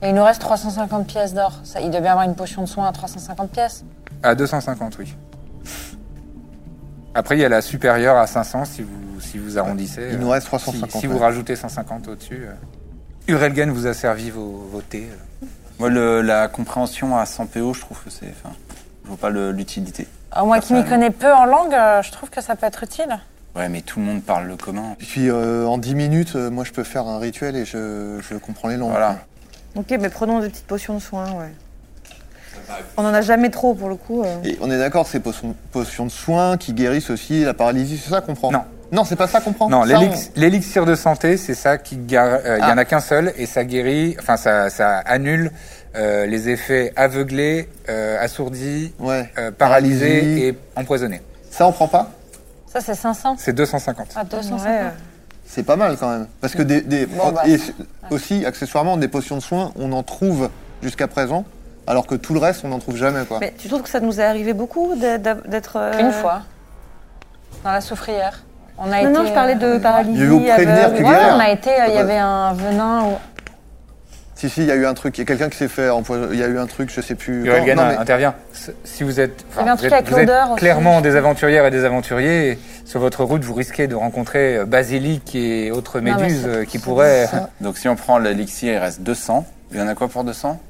F: Et il nous reste 350 pièces d'or. Ça, Il devait y avoir une potion de soin à 350 pièces.
B: À 250, oui. Après, il y a la supérieure à 500 si vous, si vous arrondissez.
D: Il
B: euh,
D: nous reste
B: si,
D: 350.
B: si vous
D: ouais.
B: rajoutez 150 au-dessus. euh. Urelgen vous a servi vos, vos thés. euh.
E: Moi, le- la compréhension à 100 PO, je trouve que c'est. Enfin, je vois pas le- l'utilité.
F: Alors, moi qui m'y connais peu en langue, euh, je trouve que ça peut être utile.
E: Ouais, mais tout le monde parle le commun.
D: Et Puis euh, en 10 minutes, euh, moi je peux faire un rituel et je, je comprends les langues.
E: Voilà.
C: Ok, mais prenons des petites potions de soin, ouais. On en a jamais trop pour le coup. euh.
D: Et on est d'accord, c'est potion, potion de soins qui guérissent aussi la paralysie, c'est ça qu'on prend
B: Non.
D: Non, c'est pas ça qu'on prend
B: Non,
D: Ça,
B: l'élix- l'élixir de santé, c'est ça qui gar- euh, Il y en
D: Ah.
B: a qu'un seul et ça guérit, enfin ça, ça annule euh, les effets aveuglés, euh, assourdis,
D: on- Ouais.
B: euh, paralysés
D: Paralysie.
B: et empoisonnés.
D: Ça, on prend pas
F: Ça, c'est 500.
B: C'est 250.
F: Ah, 250.
C: Ouais, euh.
D: C'est pas mal quand même. Parce que des. des-
F: Bon, bah.
D: et aussi, accessoirement, des potions de soins, on en trouve jusqu'à présent, alors que tout le reste, on n'en trouve jamais quoi.
C: Mais tu trouves que ça nous est arrivé beaucoup d'a- d'a- d'être. euh,
F: Une fois. Dans la soufrière. On a
C: Non,
F: été, euh,
C: non, je parlais de
D: Il
C: paralysie.
D: y a eu au prévenir
C: aveugle.
D: que
F: Ouais,
D: galère.
F: on a été. euh, Il y avait un venin. Où...
D: Si, si, il y a eu un truc, il y a quelqu'un qui s'est fait empoisonner, il y a eu un truc, je sais plus. quand.
B: Urelgen
D: Non,
E: hein.
D: mais-
B: intervient. S- Si vous êtes,
D: Eh
F: Il y avait un
B: vous
F: truc
B: êtes,
F: avec
B: vous êtes
F: l'odeur aussi.
B: clairement des aventurières et des aventuriers, et sur votre route, vous risquez de rencontrer euh, basilic et autres
D: Ah
F: mais
B: méduses
F: c'est-
B: euh, qui
F: c'est
B: pourraient.
E: Donc, si on prend l'élixir, il reste 200. Il y en a quoi pour 200
B: (laughs)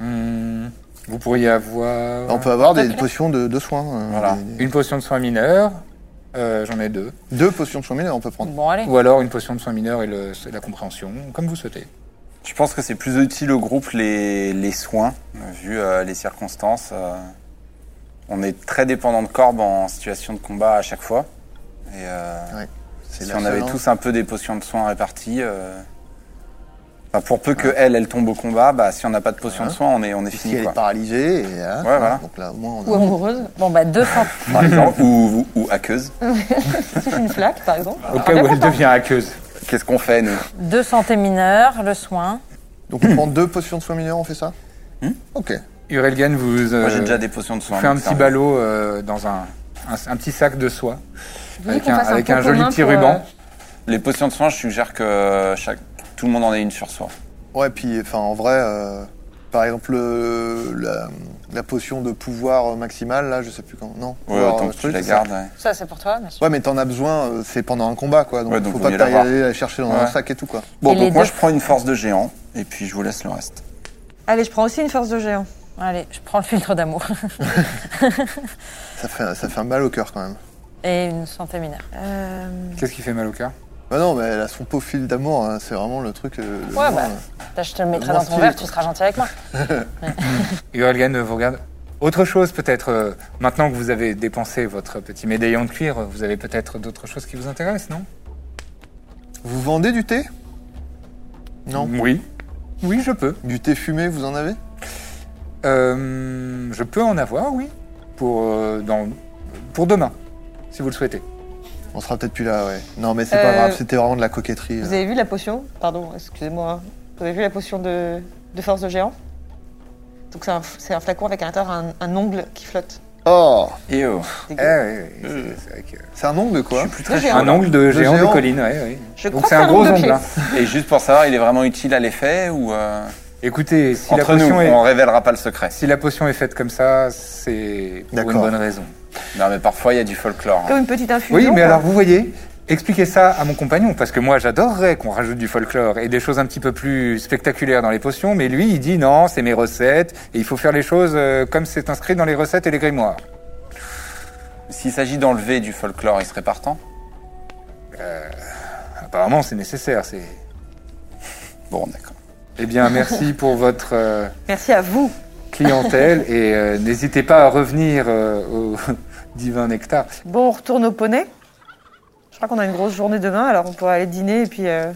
B: Hmm, vous pourriez avoir
D: On peut avoir des potions de, de soins. euh,
E: Voilà.
D: des- des-
B: une potion de soin mineur. euh, J'en ai deux.
D: Deux potions de soins mineurs, on peut
E: Mmh.
D: prendre.
F: Bon, allez.
B: Ou alors une potion de soin mineur et le- la compréhension, comme vous souhaitez.
E: Je pense que c'est plus utile au groupe les, les soins, euh, vu euh, les circonstances. euh, on est très dépendant de Corbe en situation de combat à chaque fois. Et euh,
D: Ouais. C'est
E: si
D: la
E: on avait
D: seule, hein.
E: tous un peu des potions de soins réparties, euh, enfin, pour peu que elle, elle tombe au combat, bah, si on n'a pas de potion de soins, on est, on est
D: Et si
E: fini.
D: elle
E: Quoi.
D: est paralysée, et, hein,
E: voilà.
D: donc là, au moins,
F: Ou
D: on a...
F: amoureuse. Bon, bah, 200.
E: Par exemple, ou, ou, ou hackeuse.
C: Une flaque, par exemple.
B: Au cas où elle devient hackeuse.
E: Qu'est-ce qu'on fait, nous
D: Euh,
F: 200 et mineurs, le soin.
D: Donc on prend deux potions de soins mineurs, on fait ça
E: Mmh.
D: Ok.
B: Urelgen vous euh,
E: Moi, j'ai déjà des potions de
B: vous
E: soins.
B: fait un
E: donc
B: petit
E: ça-
B: ballot euh, dans un, un, un petit sac de soie
F: Vous voulez
B: avec
F: qu'on
B: un,
F: fasse
B: avec
F: pot
B: un joli
F: commun
B: petit
F: pour, euh,
B: ruban.
E: Les potions de soins, je suggère que chaque... tout le monde en ait une sur soi.
D: Ouais, puis enfin, en vrai, euh, Par exemple, le- la, la potion de pouvoir maximal, là, je sais plus quand. Non
E: Ouais,
D: pouvoir,
E: autant
D: euh,
E: que tu
D: truc,
E: la
D: c'est ça
E: gardes. ouais.
F: Ça, c'est pour toi, bien sûr.
D: Ouais, mais t'en as besoin, euh, c'est pendant un combat, quoi. Donc,
E: Ouais, donc
D: faut
E: vaut
D: pas
E: mieux
D: que t'ailles
E: l'avoir.
D: aller la chercher dans un
E: Ouais.
D: sac et tout, quoi.
E: Bon,
F: Et les
E: donc moi
F: deux-
E: je prends une force de géant et puis je vous laisse le reste.
C: Allez, je prends aussi une force de géant.
F: Allez, je prends le filtre d'amour. (laughs)
D: Ça fait, ça fait un mal au cœur, quand même.
F: Et une santé mineure.
C: Euh,
B: Qu'est-ce qui fait mal au cœur
D: Bah non, mais elle a son pot fil d'amour, hein, c'est vraiment le truc. euh, le moins,
F: Ouais, bah.
D: euh,
F: Là, je te le mettrai
D: Moi,
F: dans ton
D: si.
F: verre, tu seras gentil avec moi.
B: Urlgan euh, vous regarde. Autre chose peut-être, euh, maintenant que vous avez dépensé votre petit médaillon de cuir, euh, vous avez peut-être d'autres choses qui vous intéressent, non
D: Vous vendez du thé Non.
B: Oui. Oui, je peux.
E: Mm.
D: Du thé fumé, vous en avez
B: Euh, je peux en avoir, oui. Pour, euh, dans, pour demain, si vous le souhaitez.
D: On sera peut-être plus là, ouais. Non, mais c'est
C: Euh,
D: pas grave, c'était vraiment de la coquetterie.
C: Vous
D: euh.
C: avez vu la potion Pardon, excusez-moi. hein. Vous avez vu la potion de, de force de géant Donc c'est un, c'est un flacon avec à l'intérieur un, un ongle qui flotte.
D: Oh
E: Et oh,
C: Euh,
B: Eh, ouais, ouais, c'est- c'est vrai que-
D: C'est un ongle,
E: je
D: quoi
E: suis plus
C: Le
E: très
C: géant.
E: chaud,
B: Un
E: là.
B: ongle de géant,
D: géant.
B: de colline, ouais, ouais.
C: Je
B: Donc
C: crois
B: c'est
C: que
B: un
C: ça
B: gros
C: rentre de
B: ongle. hein.
E: Et juste pour savoir, il est vraiment utile à l'effet ou euh,
B: Écoutez, si la,
E: entre nous,
B: potion est,
E: on révélera pas le secret.
B: si la potion est faite comme ça, c'est pour une
D: D'accord.
B: bonne raison.
E: Non, mais parfois il y a du folklore. hein.
C: Comme une petite infusion.
B: Oui, mais
C: quoi.
B: alors vous voyez, expliquez ça à mon compagnon, parce que moi j'adorerais qu'on rajoute du folklore et des choses un petit peu plus spectaculaires dans les potions, mais lui il dit non, c'est mes recettes, et il faut faire les choses euh, comme c'est inscrit dans les recettes et les grimoires.
E: S'il s'agit d'enlever du folklore, il serait partant.
B: Apparemment c'est nécessaire, c'est...
E: Bon, d'accord.
B: Eh bien merci pour votre euh,
C: Merci à vous.
B: clientèle, et euh, n'hésitez pas à revenir euh, au (laughs) divin nectar.
C: Bon, on retourne au poney. Je crois qu'on a une grosse journée demain, alors on pourra aller dîner et puis. euh,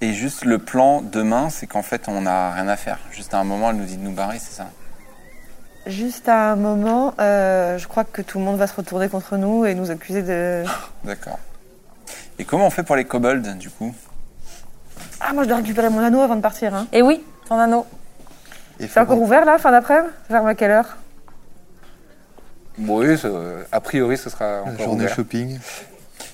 E: Et juste le plan demain, c'est qu'en fait, on n'a rien à faire. Juste à un moment, elle nous dit de nous barrer, c'est ça
C: juste à un moment, euh, je crois que tout le monde va se retourner contre nous et nous accuser de.
E: D'accord. Et comment on fait pour les kobolds, du coup
C: Ah, moi je dois récupérer mon anneau avant de partir. Hein.
F: Et oui, ton anneau.
D: Et
C: C'est
D: faut
C: encore
D: qu'on-
C: ouvert là, fin d'après-midi Vers quelle heure
B: Bon, oui, ça, euh, a priori ce sera encore
D: Journée
B: ouvert.
D: shopping.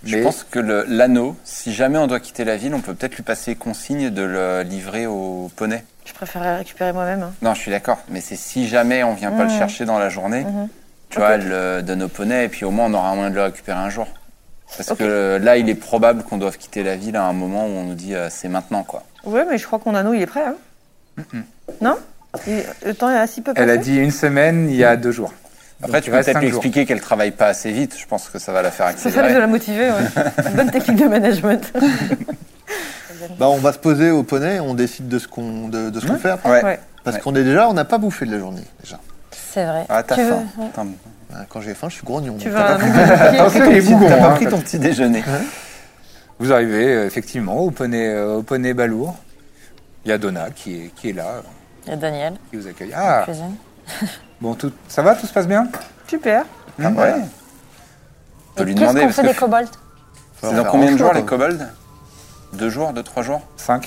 E: Je
B: Mais-
E: pense que le- l'anneau, si jamais on doit quitter la ville, on peut peut-être lui passer consigne de le livrer au poney.
C: Je préférerais récupérer moi-même. hein.
E: Non, je suis d'accord, mais c'est si jamais on vient pas le chercher dans la journée, tu vois, elle le donne au poney, et puis au moins on aura moyen de le récupérer un jour. Parce
C: Ok.
E: que là, il est probable qu'on doive quitter la ville à un moment où on nous dit euh, c'est maintenant, quoi.
C: Ouais, mais je crois que mon anneau il est prêt. Hein. Non Il- Le temps est assez peu passé.
B: Elle a dit une semaine il y a deux jours.
E: Après,
B: Donc,
E: tu
B: il
E: peux
B: reste
E: peut-être
B: cinq
E: lui
B: jours.
E: expliquer qu'elle travaille pas assez vite, je pense que ça va la faire
C: (laughs) C'est ça, je
E: accélérer.
C: dois la motiver.
E: (laughs)
C: ouais. Une Bonne technique de management.
D: Bah, on va se poser au poney, on décide de ce qu'on de, de ce qu'on fait.
E: Ouais.
C: Ouais.
D: Parce qu'on est déjà, on n'a pas bouffé de la journée, déjà.
F: C'est vrai.
E: Ah, t'as
F: Tu veux-
E: faim. Attends,
D: Hein, Quand j'ai faim, je suis grognon.
C: Tu
D: donc.
C: veux un
D: Ah,
C: anneau
B: Attention les bougons,
E: T'as pas
B: hein.
E: pris ton petit déjeuner.
B: Vous arrivez euh, effectivement au poney, euh, au poney Balourd. Il y a Donna qui est, qui est là, euh,
F: Il y a Daniel,
B: qui vous accueille. Ah,
F: cuisine.
B: bon, tout, ça va, tout se passe bien
C: Super.
E: Ah ouais. On peut
F: Et
E: lui
F: Qu'est-ce
E: demander.
F: qu'on
E: parce
F: fait
E: que
F: des kobolds
D: Faut
E: c'est
D: faire
E: dans combien de jours
D: grand-chose,
E: les
D: quoi.
E: kobolds Deux jours, deux, trois jours
B: 5.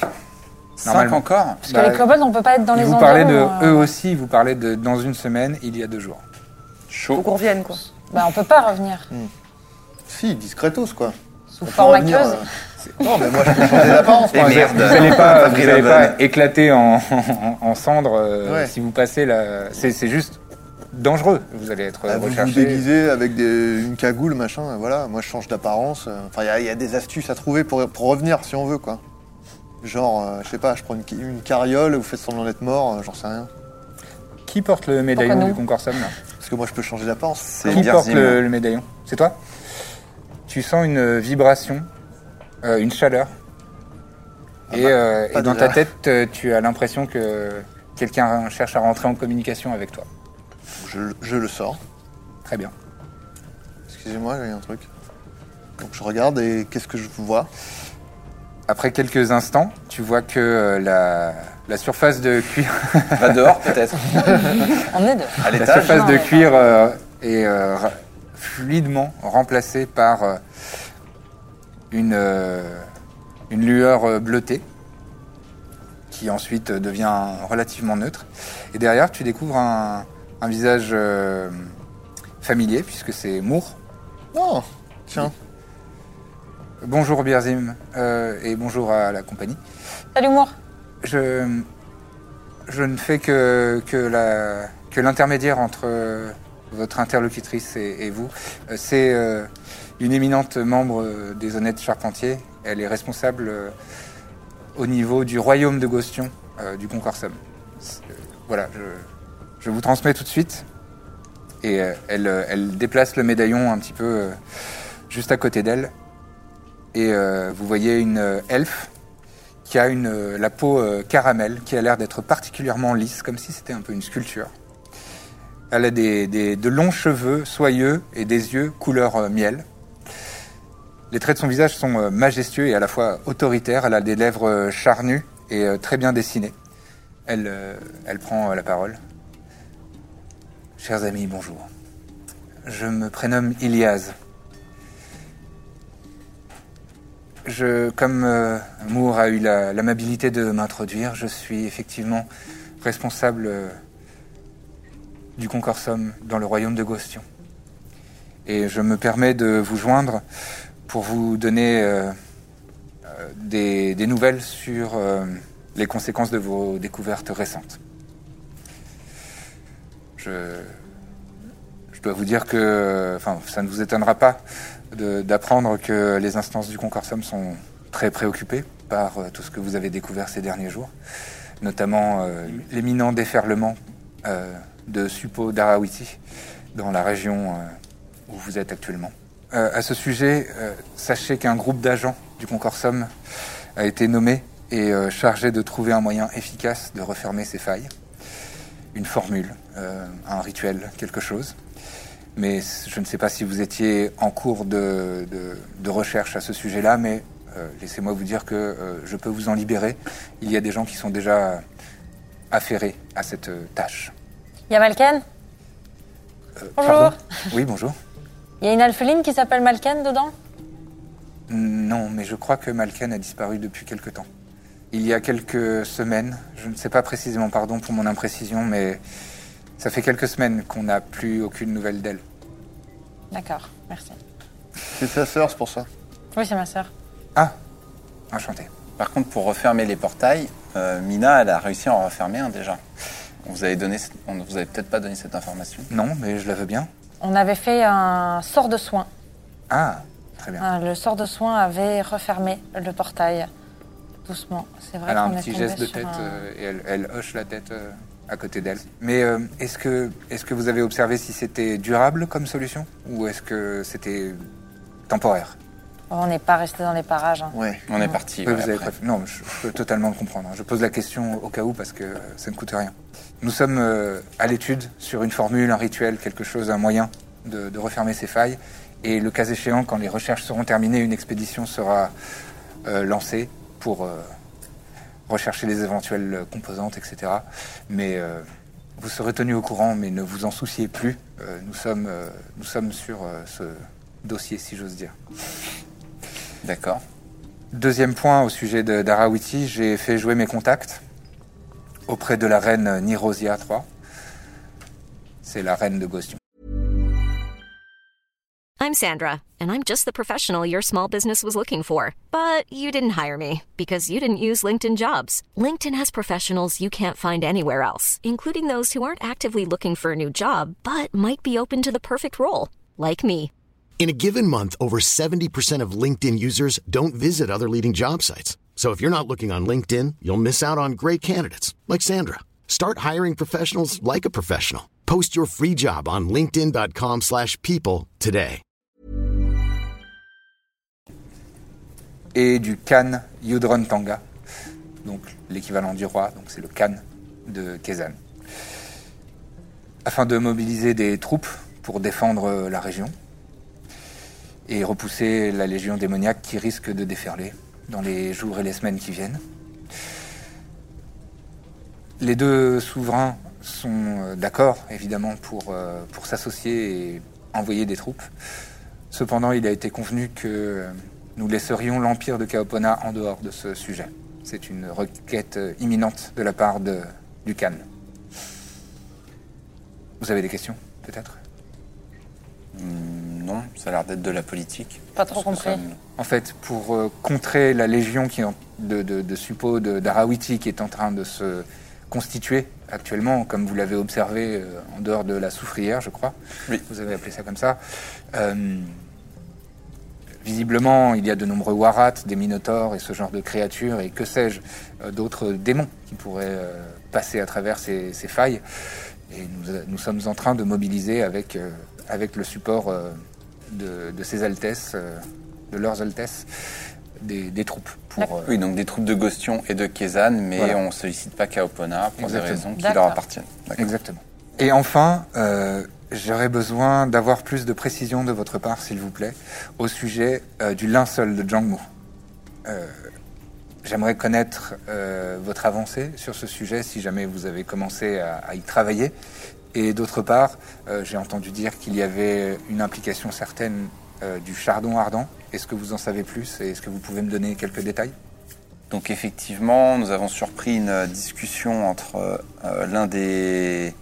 E: Cinq
B: Normalement.
E: encore
F: Parce que les kobolds, on peut pas être dans les
B: vous
F: environs,
B: parlez de
F: euh,
B: eux aussi, vous parlez de dans une semaine, il y a deux jours.
C: Faut
E: Chaud.
C: qu'on revienne, quoi.
F: Bah, on peut pas revenir.
D: Si, discretos, quoi.
F: Sous
D: On
F: forme
D: peut revenir,
F: aqueuse.
D: euh, c'est- Non, mais moi, je peux changer
E: (laughs)
D: d'apparence,
E: Et
D: par exemple.
E: merde.
B: Vous n'allez pas, vous
E: Fabrice
B: allez
E: Labanne.
B: pas éclater en, (laughs) en, en cendres euh,
D: Ouais.
B: si vous passez la. C'est c'est juste dangereux. Vous allez être
D: Ah,
B: euh,
D: vous vous
B: recherché.
D: déguisez avec des- une cagoule, machin, euh, voilà. Moi, je change d'apparence. euh. Enfin, il y a- il y, a des astuces à trouver pour, pour revenir, si on veut, quoi. Genre, euh, je sais pas, je prends une, qui- une carriole, vous faites semblant d'être mort, euh, j'en sais rien.
B: Qui porte le médaillon
F: Pourquoi
B: du
F: nous
B: Concorsum là
D: Parce que moi, je peux changer d'apparence.
E: C'est
B: Qui
E: bien
B: porte
E: Zim.
B: le, le médaillon C'est toi Tu sens une euh, vibration, euh, une chaleur. et euh,
D: pas
B: et dans
D: déjà.
B: ta tête, euh, tu as l'impression que quelqu'un cherche à rentrer en communication avec toi.
D: Je, je le sors.
B: Très bien.
D: Excusez-moi, j'ai un truc. Donc, je regarde et qu'est-ce que je vois
B: Après quelques instants, tu vois que euh, la, la surface de cuir,
E: Va dehors
B: (laughs)
E: peut-être.
F: On est deux.
E: À
B: la
E: l'étage.
B: surface de
F: ouais.
B: cuir euh, est euh, ra- fluidement remplacée par euh, une, euh, une lueur euh, bleutée qui ensuite euh, devient relativement neutre. Et derrière, tu découvres un, un visage euh, familier puisque c'est Moore.
D: Oh, tiens.
B: Bonjour Birzim euh, et bonjour à la compagnie.
F: Salut, Mour.
B: Je... Je ne fais que, que, la, que l'intermédiaire entre euh, votre interlocutrice et, et vous. Euh, C'est euh, une éminente membre euh, des honnêtes charpentiers. Elle est responsable euh, au niveau du royaume de Gostion, euh, du Concorsum. C'est- euh, voilà, je, je vous transmets tout de suite. Et euh, elle, euh, elle déplace le médaillon un petit peu euh, juste à côté d'elle. Et euh, vous voyez une euh, elfe qui a une, euh, la peau euh, caramel, qui a l'air d'être particulièrement lisse, comme si c'était un peu une sculpture. Elle a des, des- de longs cheveux soyeux et des yeux couleur euh, miel. Les traits de son visage sont euh, majestueux et à la fois autoritaires. Elle a des lèvres euh, charnues et euh, très bien dessinées. Elle, euh, elle prend euh, la parole. Chers amis, bonjour. Je me prénomme Ilias. Je, comme euh, Moore a eu la- l'amabilité de m'introduire, je suis effectivement responsable euh, du concorsum dans le royaume de Gostion. Et je me permets de vous joindre pour vous donner euh, euh, des, des nouvelles sur euh, les conséquences de vos découvertes récentes. Je, je dois vous dire que, enfin, ça ne vous étonnera pas de- d'apprendre que les instances du Concorsum sont très préoccupées par euh, tout ce que vous avez découvert ces derniers jours, notamment euh, l'éminent déferlement euh, de suppôts d'Arawiti dans la région euh, où vous êtes actuellement. Euh, à ce sujet, euh, sachez qu'un groupe d'agents du Concorsum a été nommé et euh, chargé de trouver un moyen efficace de refermer ces failles une formule, euh, un rituel, quelque chose. Mais c- je ne sais pas si vous étiez en cours de, de- de recherche à ce sujet-là, mais euh, laissez-moi vous dire que euh, je peux vous en libérer. Il y a des gens qui sont déjà affairés à cette euh, tâche.
F: Il y a Malken
B: Euh,
F: Bonjour.
B: pardon Oui, bonjour.
F: Il y a une alpheline qui s'appelle Malken dedans
B: Non, mais je crois que Malken a disparu depuis quelque temps. Il y a quelques semaines, je ne sais pas précisément, pardon pour mon imprécision, mais ça fait quelques semaines qu'on n'a plus aucune nouvelle d'elle.
F: D'accord, merci.
D: C'est sa sœur, c'est pour ça.
F: Oui, c'est ma sœur.
B: Ah, enchanté.
E: Par contre, pour refermer les portails, euh, Mina, elle a réussi à en refermer un déjà. On vous avait donné, on ne vous avait peut-être pas donné cette information.
B: Non, mais je la veux bien.
F: On avait fait un sort de soin.
B: Ah, très bien.
F: Ah, Le sort de soin avait refermé le portail. Doucement, c'est vrai
B: elle a un
F: qu'on est
B: petit
F: tombé
B: geste de
F: sur
B: tête
F: un-
B: euh, et elle, elle hoche la tête euh, à côté d'elle. Mais euh, est-ce que, est que vous avez observé si c'était durable comme solution ou est-ce que c'était temporaire
F: Oh, on n'est pas resté dans les parages. hein.
D: Ouais.
E: On est parti.
B: Oui,
E: ouais,
B: vous avez
E: après.
B: préf- Non, je, je peux totalement le comprendre. hein. Je pose la question au cas où parce que euh, ça ne coûte rien. Nous sommes euh, à l'étude sur une formule, un rituel, quelque chose, un moyen de, de refermer ces failles. Et le cas échéant, quand les recherches seront terminées, une expédition sera euh, lancée pour euh, rechercher les éventuelles euh, composantes, etc. Mais euh, vous serez tenu au courant, mais ne vous en souciez plus. Euh, nous, sommes, euh, nous sommes sur euh, ce dossier, si j'ose dire.
E: D'accord.
B: Deuxième point au sujet de- d'Arawiti, j'ai fait jouer mes contacts auprès de la reine Nirosia III. C'est la reine de Gostion.
G: I'm Sandra, and I'm just the professional your small business was looking for. But you didn't hire me because you didn't use LinkedIn jobs. LinkedIn has professionals you can't find anywhere else, including those who aren't actively looking for a new job but might be open to the perfect role, like me.
H: In a given month, over 70% of LinkedIn users don't visit other leading job sites. So if you're not looking on LinkedIn, you'll miss out on great candidates like Sandra. Start hiring professionals like a professional. Post your free job on linkedin.com/people slash people today.
B: Et du Khan Yudron Tanga, donc l'équivalent du roi, donc c'est le Khan de Kezan. Afin de mobiliser des troupes pour défendre euh, la région et repousser la légion démoniaque qui risque de déferler dans les jours et les semaines qui viennent. Les deux souverains sont euh, d'accord, évidemment, pour, euh, pour s'associer et envoyer des troupes. Cependant, il a été convenu que euh, nous laisserions l'Empire de Kaopona en dehors de ce sujet. C'est une requête euh, imminente de la part de, du Khan. Vous avez des questions, peut-être
E: Non, ça a l'air d'être de la politique.
F: Pas trop
E: Je pense que
F: compris.
E: ça-
B: En fait, pour euh, contrer la légion qui est en- de, de, de suppôts de- d'Arawiti qui est en train de se constituée actuellement, comme vous l'avez observé euh, en dehors de la soufrière, je crois.
E: Oui.
B: Vous avez appelé ça comme ça. Euh, visiblement, il y a de nombreux warats, des minotaures et ce genre de créatures, et que sais-je, euh, d'autres démons qui pourraient euh, passer à travers ces, ces failles. Et nous, euh, nous sommes en train de mobiliser avec, euh, avec le support euh, de, de ces altesses, euh, de leurs altesses, des, des troupes pour. euh,
E: Ah, Oui, donc des troupes de Gostion et de Kézan, mais
B: Voilà.
E: on ne sollicite pas Kaopona pour des
B: Exactement.
E: raisons qui leur
F: D'accord.
E: appartiennent. D'accord.
B: Exactement. Et enfin, euh, j'aurais besoin d'avoir plus de précision de votre part, s'il vous plaît, au sujet euh, du linceul de Jiangmu. Euh, J'aimerais connaître euh, votre avancée sur ce sujet, si jamais vous avez commencé à, à y travailler. Et d'autre part, euh, j'ai entendu dire qu'il y avait une implication certaine euh, du chardon ardent. Est-ce que vous en savez plus et est-ce que vous pouvez me donner quelques détails
E: Donc effectivement, nous avons surpris une euh, discussion entre euh, euh, l'un des...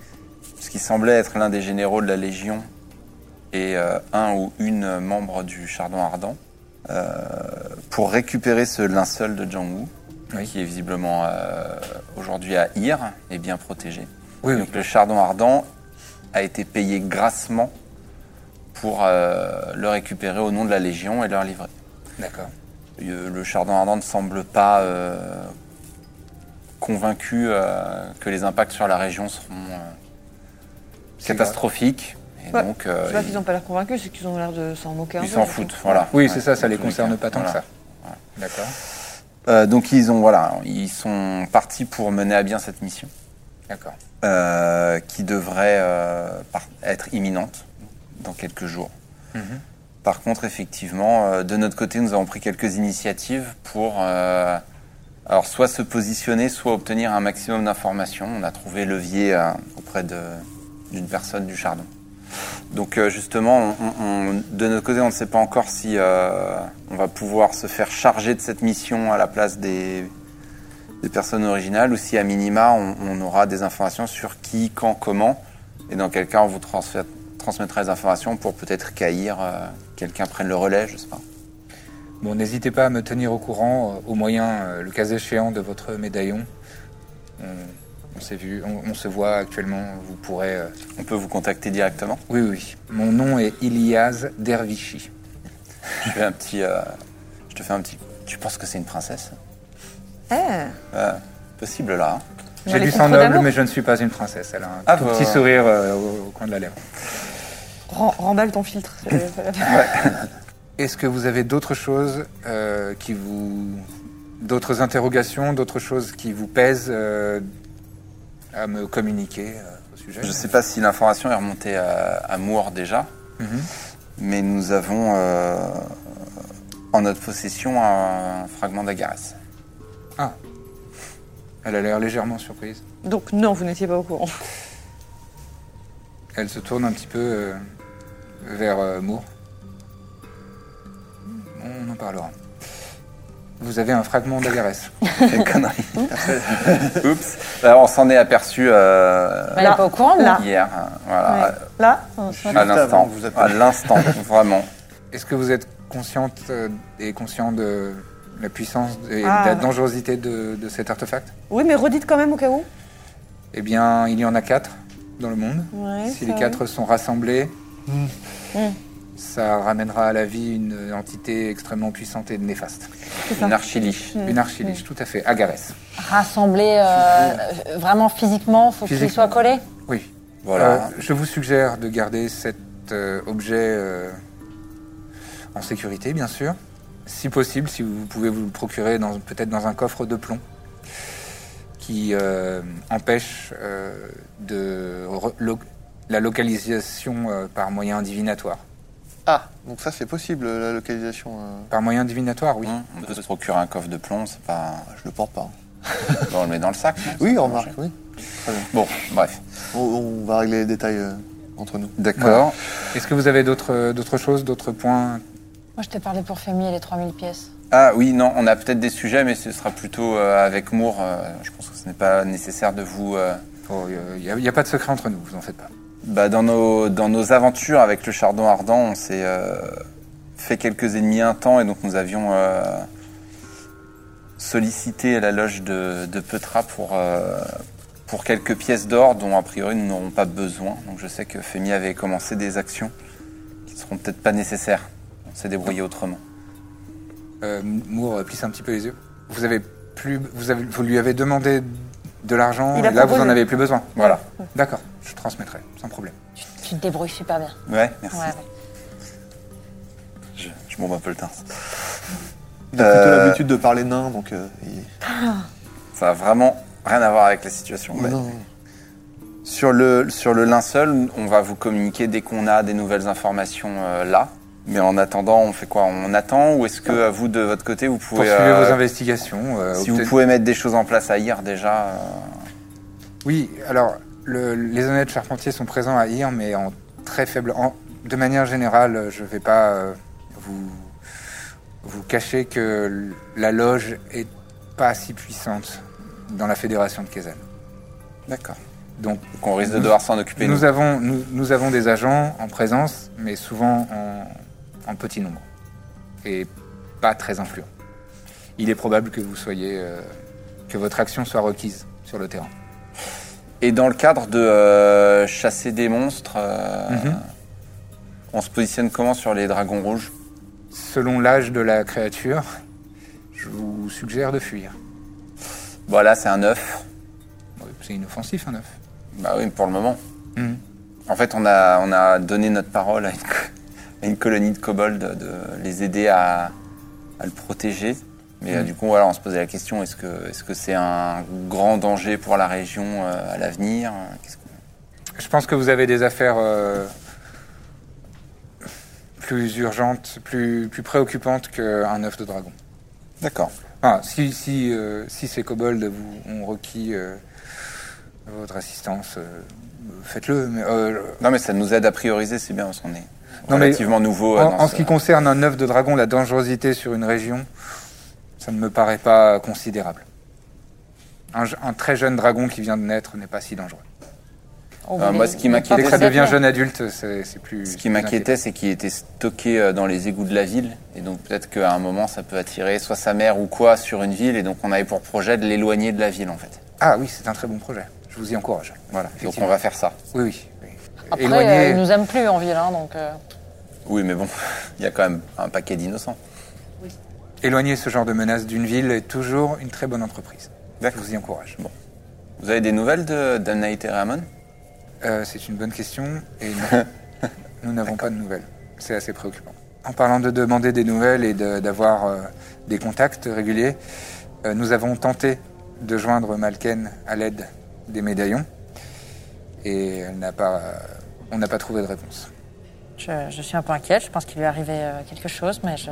E: ce qui semblait être l'un des généraux de la Légion et euh, un ou une euh, membre du Chardon Ardent euh, pour récupérer ce linceul de Jiang Wu,
B: Oui.
E: qui est visiblement euh, aujourd'hui à Ir et bien protégé.
B: Oui,
E: Donc le Chardon Ardent a été payé grassement pour euh, le récupérer au nom de la Légion et leur livrer.
B: D'accord.
E: Euh, Le chardon ardent ne semble pas euh, convaincu euh, que les impacts sur la région seront euh, catastrophiques. Et
C: Ouais.
E: donc, euh,
C: C'est pas
E: ils-
C: qu'ils n'ont pas l'air convaincus, c'est qu'ils ont l'air de s'en moquer hein. un
E: ils
C: peu.
E: s'en
C: je
E: foutent.
C: pense.
E: Voilà.
B: Oui,
E: Ouais,
B: c'est ça, ça
E: dans
B: les
E: tous cas,
B: concerne pas tant
E: voilà.
B: que ça. D'accord.
E: Euh, donc ils ont voilà, ils sont partis pour mener à bien cette mission
B: D'accord.
E: euh, qui devrait euh, par- être imminente dans quelques jours. Par contre, effectivement, euh, de notre côté, nous avons pris quelques initiatives pour euh, alors soit se positionner, soit obtenir un maximum d'informations. On a trouvé levier euh, auprès de- d'une personne du Chardon. Donc euh, justement, on- on- on- de notre côté, on ne sait pas encore si euh, on va pouvoir se faire charger de cette mission à la place des, des personnes originales ou si à minima, on, on aura des informations sur qui, quand, comment. Et dans quel cas, on vous transfère- transmettra les informations pour peut-être qu'Aïr, euh, quelqu'un prenne le relais, je sais pas.
B: Bon, n'hésitez pas à me tenir au courant, euh, au moyen, euh, le cas échéant, de votre médaillon. On, on s'est vu, on, on se voit actuellement. Vous pourrez. euh,
E: On peut vous contacter directement.
B: Oui, oui, oui. Mon nom est Ilias Dervichi.
E: Je fais un petit. euh, je te fais un petit. Tu penses que c'est une princesse
C: Eh,
E: Euh, Possible là. hein.
B: J'ai
C: les
B: du sang
C: contrôles
B: noble,
C: d'amour.
B: mais je ne suis pas une princesse. Elle a un
E: Ah,
B: tout
E: bah.
B: petit sourire euh, au, au coin de la lèvre.
C: ren- Remballe ton
E: (laughs)
C: filtre. Euh,
B: Est-ce que vous avez d'autres choses euh, qui vous. d'autres interrogations, d'autres choses qui vous pèsent euh, à me communiquer euh, au sujet
E: Je sais pas si l'information est remontée à, à Moore déjà,
B: Mhm.
E: mais nous avons euh, en notre possession un fragment d'Agarès.
B: Ah Elle a l'air légèrement surprise.
C: Donc non, vous n'étiez pas au courant.
B: Elle se tourne un petit peu euh, vers euh, Moore. On en parlera. Vous avez un fragment d'agarès.
E: Quelle connerie Oups Alors, On s'en est aperçu euh,
F: Elle n'est pas au courant,
C: Là.
F: là.
E: hier. euh, Voilà.
C: Ouais. Là, Hein. on-
E: À
D: avant
E: l'instant,
D: que vous
E: à
D: appeliez.
E: l'instant, vraiment.
B: Est-ce que vous êtes consciente euh, et conscient de la puissance et
C: Ah.
B: de la dangerosité de, de cet artefact
C: Oui, mais redites quand même au cas où.
B: Eh bien, il y en a quatre dans le monde.
C: Ouais,
B: si
C: ça, Hmm.
B: les quatre sont rassemblés, Hmm. ça ramènera à la vie une entité extrêmement puissante et néfaste.
C: ça.
E: Une archiliche.
C: Hmm.
B: Une archiliche, tout à fait. Agarès.
F: Rassembler euh, euh, vraiment physiquement, faut qu'il
B: Physiquement.
F: soit collé.
B: Oui,
E: Voilà.
B: Euh, je vous suggère de garder cet euh, objet euh, en sécurité, bien sûr. Si possible, si vous pouvez vous le procurer dans- peut-être dans un coffre de plomb qui euh, empêche euh, de re- lo- la localisation euh, par moyen divinatoire.
D: Ah, donc ça c'est possible la localisation. euh,
B: Par moyen divinatoire, oui.
E: Hein, On peut se procurer un coffre de plomb, c'est pas.
D: Bah, Je le porte pas. hein.
E: Bon, on le met dans le sac. non
D: Oui,
E: Ça va
D: remarque,
E: manger.
D: oui.
E: Bon, bref.
D: On, on va régler les détails euh, entre nous.
E: D'accord.
B: Est-ce que vous avez d'autres d'autres choses, d'autres points
F: Moi, je t'ai parlé pour Femi et les 3000 pièces.
E: Ah oui, non, on a peut-être des sujets, mais ce sera plutôt euh, avec Moore. euh, je pense que ce n'est pas nécessaire de vous. euh,
B: Oh, Il n'y a, pas de secret entre nous, vous en faites pas.
E: Bah, dans, nos, dans nos aventures avec le Chardon Ardent, on s'est euh, fait quelques ennemis un temps et donc nous avions euh, sollicité la loge de, de Petra pour, euh, pour quelques pièces d'or dont a priori nous n'aurons pas besoin. Donc je sais que Femi avait commencé des actions qui ne seront peut-être pas nécessaires. On s'est débrouillé autrement.
B: Euh, Moore plisse un petit peu les yeux. Vous avez plus, vous, avez, vous lui avez demandé de l'argent et
C: Il a
B: là vous en
C: proposé.
B: avez plus besoin.
E: Voilà.
B: D'accord, je transmettrai sans problème.
F: Tu te débrouilles super bien.
E: Ouais, merci.
F: Ouais, ouais.
E: Je, je bombe un peu le teint.
D: Il a plutôt
E: Euh,
D: l'habitude de parler nain, donc euh, il-
E: Ça a vraiment rien à voir avec la situation. mais-
D: Non.
E: Sur le, sur le linceul, on va vous communiquer dès qu'on a des nouvelles informations euh, là. Mais en attendant, on fait quoi On attend ou est-ce que à vous de votre côté vous pouvez
B: Poursuivez
E: euh,
B: Ah. vos investigations. euh,
E: si vous
B: obtenez-
E: pouvez mettre des choses en place à IR déjà euh,
B: Oui, alors le- les honnêtes charpentiers sont présents à IR, mais en très faible. en- de manière générale, euh, je ne vais pas euh, vous, vous cacher que l- la loge est pas si puissante dans la fédération de Kezan.
E: D'accord.
B: Donc
E: Donc on risque de
B: Nous-
E: devoir s'en occuper.
B: nous
E: nous.
B: avons, nous, nous avons des agents en présence, mais souvent en, en petit nombre et pas très influents. Il est probable que vous soyez euh, que votre action soit requise sur le terrain.
E: Et dans le cadre de euh, chasser des monstres, euh,
B: Mhm.
E: on se positionne comment sur les dragons rouges
B: Selon l'âge de la créature, je vous suggère de fuir.
E: Voilà, Bah, c'est un œuf.
B: Oui, C'est inoffensif un œuf.
E: Bah oui, pour le moment.
B: Mhm.
E: En fait, on a, on a donné notre parole à une, co- à une colonie de kobolds de, de les aider à, à le protéger. Mais euh,
B: Mhm.
E: du coup, voilà, on se posait la question est-ce que est-ce que c'est un grand danger pour la région euh, à l'avenir Qu'est-ce qu'on-
B: Je pense que vous avez des affaires euh, plus urgentes, plus, plus préoccupantes qu'un œuf de dragon.
E: D'accord.
B: Ah, si, si, euh, si ces kobolds vous ont requis euh, votre assistance, euh, faites-le. mais, euh,
E: Non, mais ça nous aide à prioriser, c'est bien, parce qu'on est
B: Non, mais
E: relativement nouveau. euh,
B: en,
E: dans
B: en ce qui concerne un œuf de dragon, la dangerosité sur une région, ça ne me paraît pas considérable. Un, je- un très jeune dragon qui vient de naître n'est pas si dangereux.
F: Oh,
E: Euh,
F: mais-
E: moi, ce qui
F: mais
E: m'inquiétait,
B: Dès que
F: pas
B: ça
F: tout à
B: devient
F: fait.
B: jeune adulte, c'est c'est plus.
E: Ce
B: c'est
E: qui
B: plus
E: m'inquiétait, c'est qu'il était stocké euh, dans les égouts de la ville. Et donc peut-être qu'à un moment, ça peut attirer soit sa mère ou quoi sur une ville. Et donc on avait pour projet de l'éloigner de la ville, en fait.
B: inquiétant. Ah oui, c'est un très bon projet. Je vous y encourage.
E: Voilà. Donc
B: Effectivement.
E: on va faire ça.
B: Oui, oui. oui.
F: Après, euh,
B: Éloigné.
F: ils nous aiment plus en ville, hein, donc. euh,
E: Oui, mais bon, (laughs) il y a quand même un paquet d'innocents.
B: Éloigner ce genre de menace d'une ville est toujours une très bonne entreprise. Je
E: D'accord.
B: vous y encourage.
E: Vous avez des nouvelles de d'Amnaït et Ramon
B: Euh, c'est une bonne question et non. (laughs) nous n'avons pas de nouvelles. C'est assez préoccupant. En parlant de demander des nouvelles et de- d'avoir euh, des contacts réguliers, euh, nous avons tenté de joindre Malken à l'aide des médaillons et elle n'a pas, on n'a pas trouvé de réponse.
F: Je, je suis un peu inquiète, je pense qu'il lui est arrivé euh, quelque chose, mais je,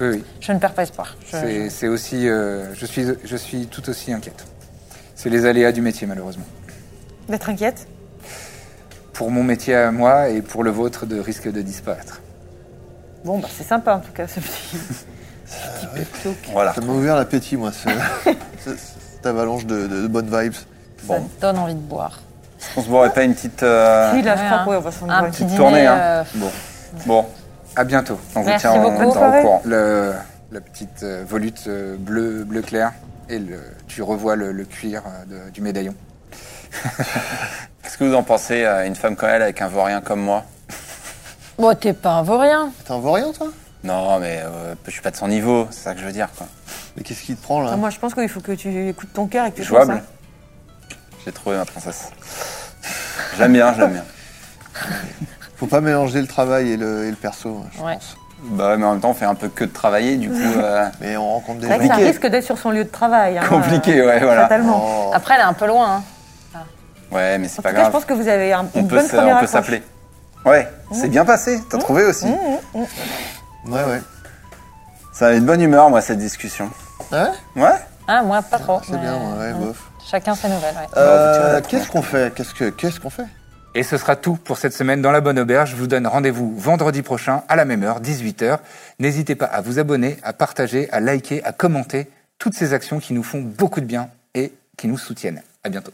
B: Oui, oui.
F: je ne perds pas espoir. Je-
B: C'est- C'est aussi, euh, je suis, je suis tout aussi inquiète. C'est les aléas du métier malheureusement.
C: D'être inquiète
B: Pour mon métier à moi et pour le vôtre de risque de disparaître.
C: Bon, bah c'est sympa en tout cas ce
E: (laughs)
C: petit.
E: Ah
C: ce petit peptoque.
E: Voilà.
D: ça m'a ouvert l'appétit, moi, ce- (laughs) ce- cette avalanche de, de- de bonnes vibes.
F: je- ça
E: Bon,
F: donne envie de boire.
E: on se boirait pas une petite, euh,
C: (laughs) Oui, là
F: Ouais,
C: je crois que
F: hein.
C: ouais, on va s'en
F: Un
C: boire une
F: petit
C: petite.
E: petite
F: dîner.
E: tournée.
F: euh,
E: hein. Bon. Bon,
B: À bientôt.
E: on vous
F: Merci
E: tient on
F: beaucoup.
E: vous tient au
C: Pareil.
E: courant.
B: le, la petite euh, volute euh, bleu, bleu clair et le, tu revois le, le cuir euh, de- du médaillon.
E: Qu'est-ce que vous en pensez, euh, une femme comme elle, avec un vaurien comme moi
F: Bon, t'es pas un vaurien.
D: T'es un vaurien, toi
E: Non, mais euh, je suis pas de son niveau, c'est ça que je veux dire, quoi.
D: Mais qu'est-ce qui te prend, là
C: Ah, moi je pense qu'il faut que tu écoutes ton cœur et que tu penses,
E: Jouable
C: hein.
E: J'ai trouvé ma (laughs) princesse. J'aime bien, j'aime bien.
D: Faut pas mélanger le travail et le, et le perso, hein. je
F: Ouais.
D: pense.
E: Bah ouais, mais en même temps, on fait un peu que de travailler, du coup.
C: (laughs)
E: euh,
D: Mais on rencontre des
C: C'est vrai que ça
D: gens.
C: risque d'être sur son lieu de travail. hein,
E: compliqué,
C: euh,
E: ouais, voilà.
C: Fatalement.
D: Oh,
F: Après, elle est un peu loin. hein.
E: Ouais, mais
C: En
E: c'est
C: tout
E: pas
C: cas, je
E: grave.
C: pense que vous avez un-
E: On
C: une
E: peut
C: bonne
E: se-
C: première
E: on peut
C: approche. Mmh.
E: s'appeler. Ouais, c'est bien passé, t'as trouvé aussi.
D: Ouais, ouais.
E: Ça avait de bonne humeur, moi, cette discussion.
D: Ouais
E: Ouais
F: Ah, moi, pas trop.
D: C'est
F: mais-
D: bien, ouais, ouais, bof.
F: Chacun ses nouvelles, ouais.
D: Euh, qu'est-ce qu'on fait Qu'est-ce que- qu'est-ce qu'on fait
B: Et ce sera tout pour cette semaine dans la bonne auberge. Je vous donne rendez-vous vendredi prochain à la même heure, 18h. N'hésitez pas à vous abonner, à partager, à liker, à commenter toutes ces actions qui nous font beaucoup de bien et qui nous soutiennent. À bientôt.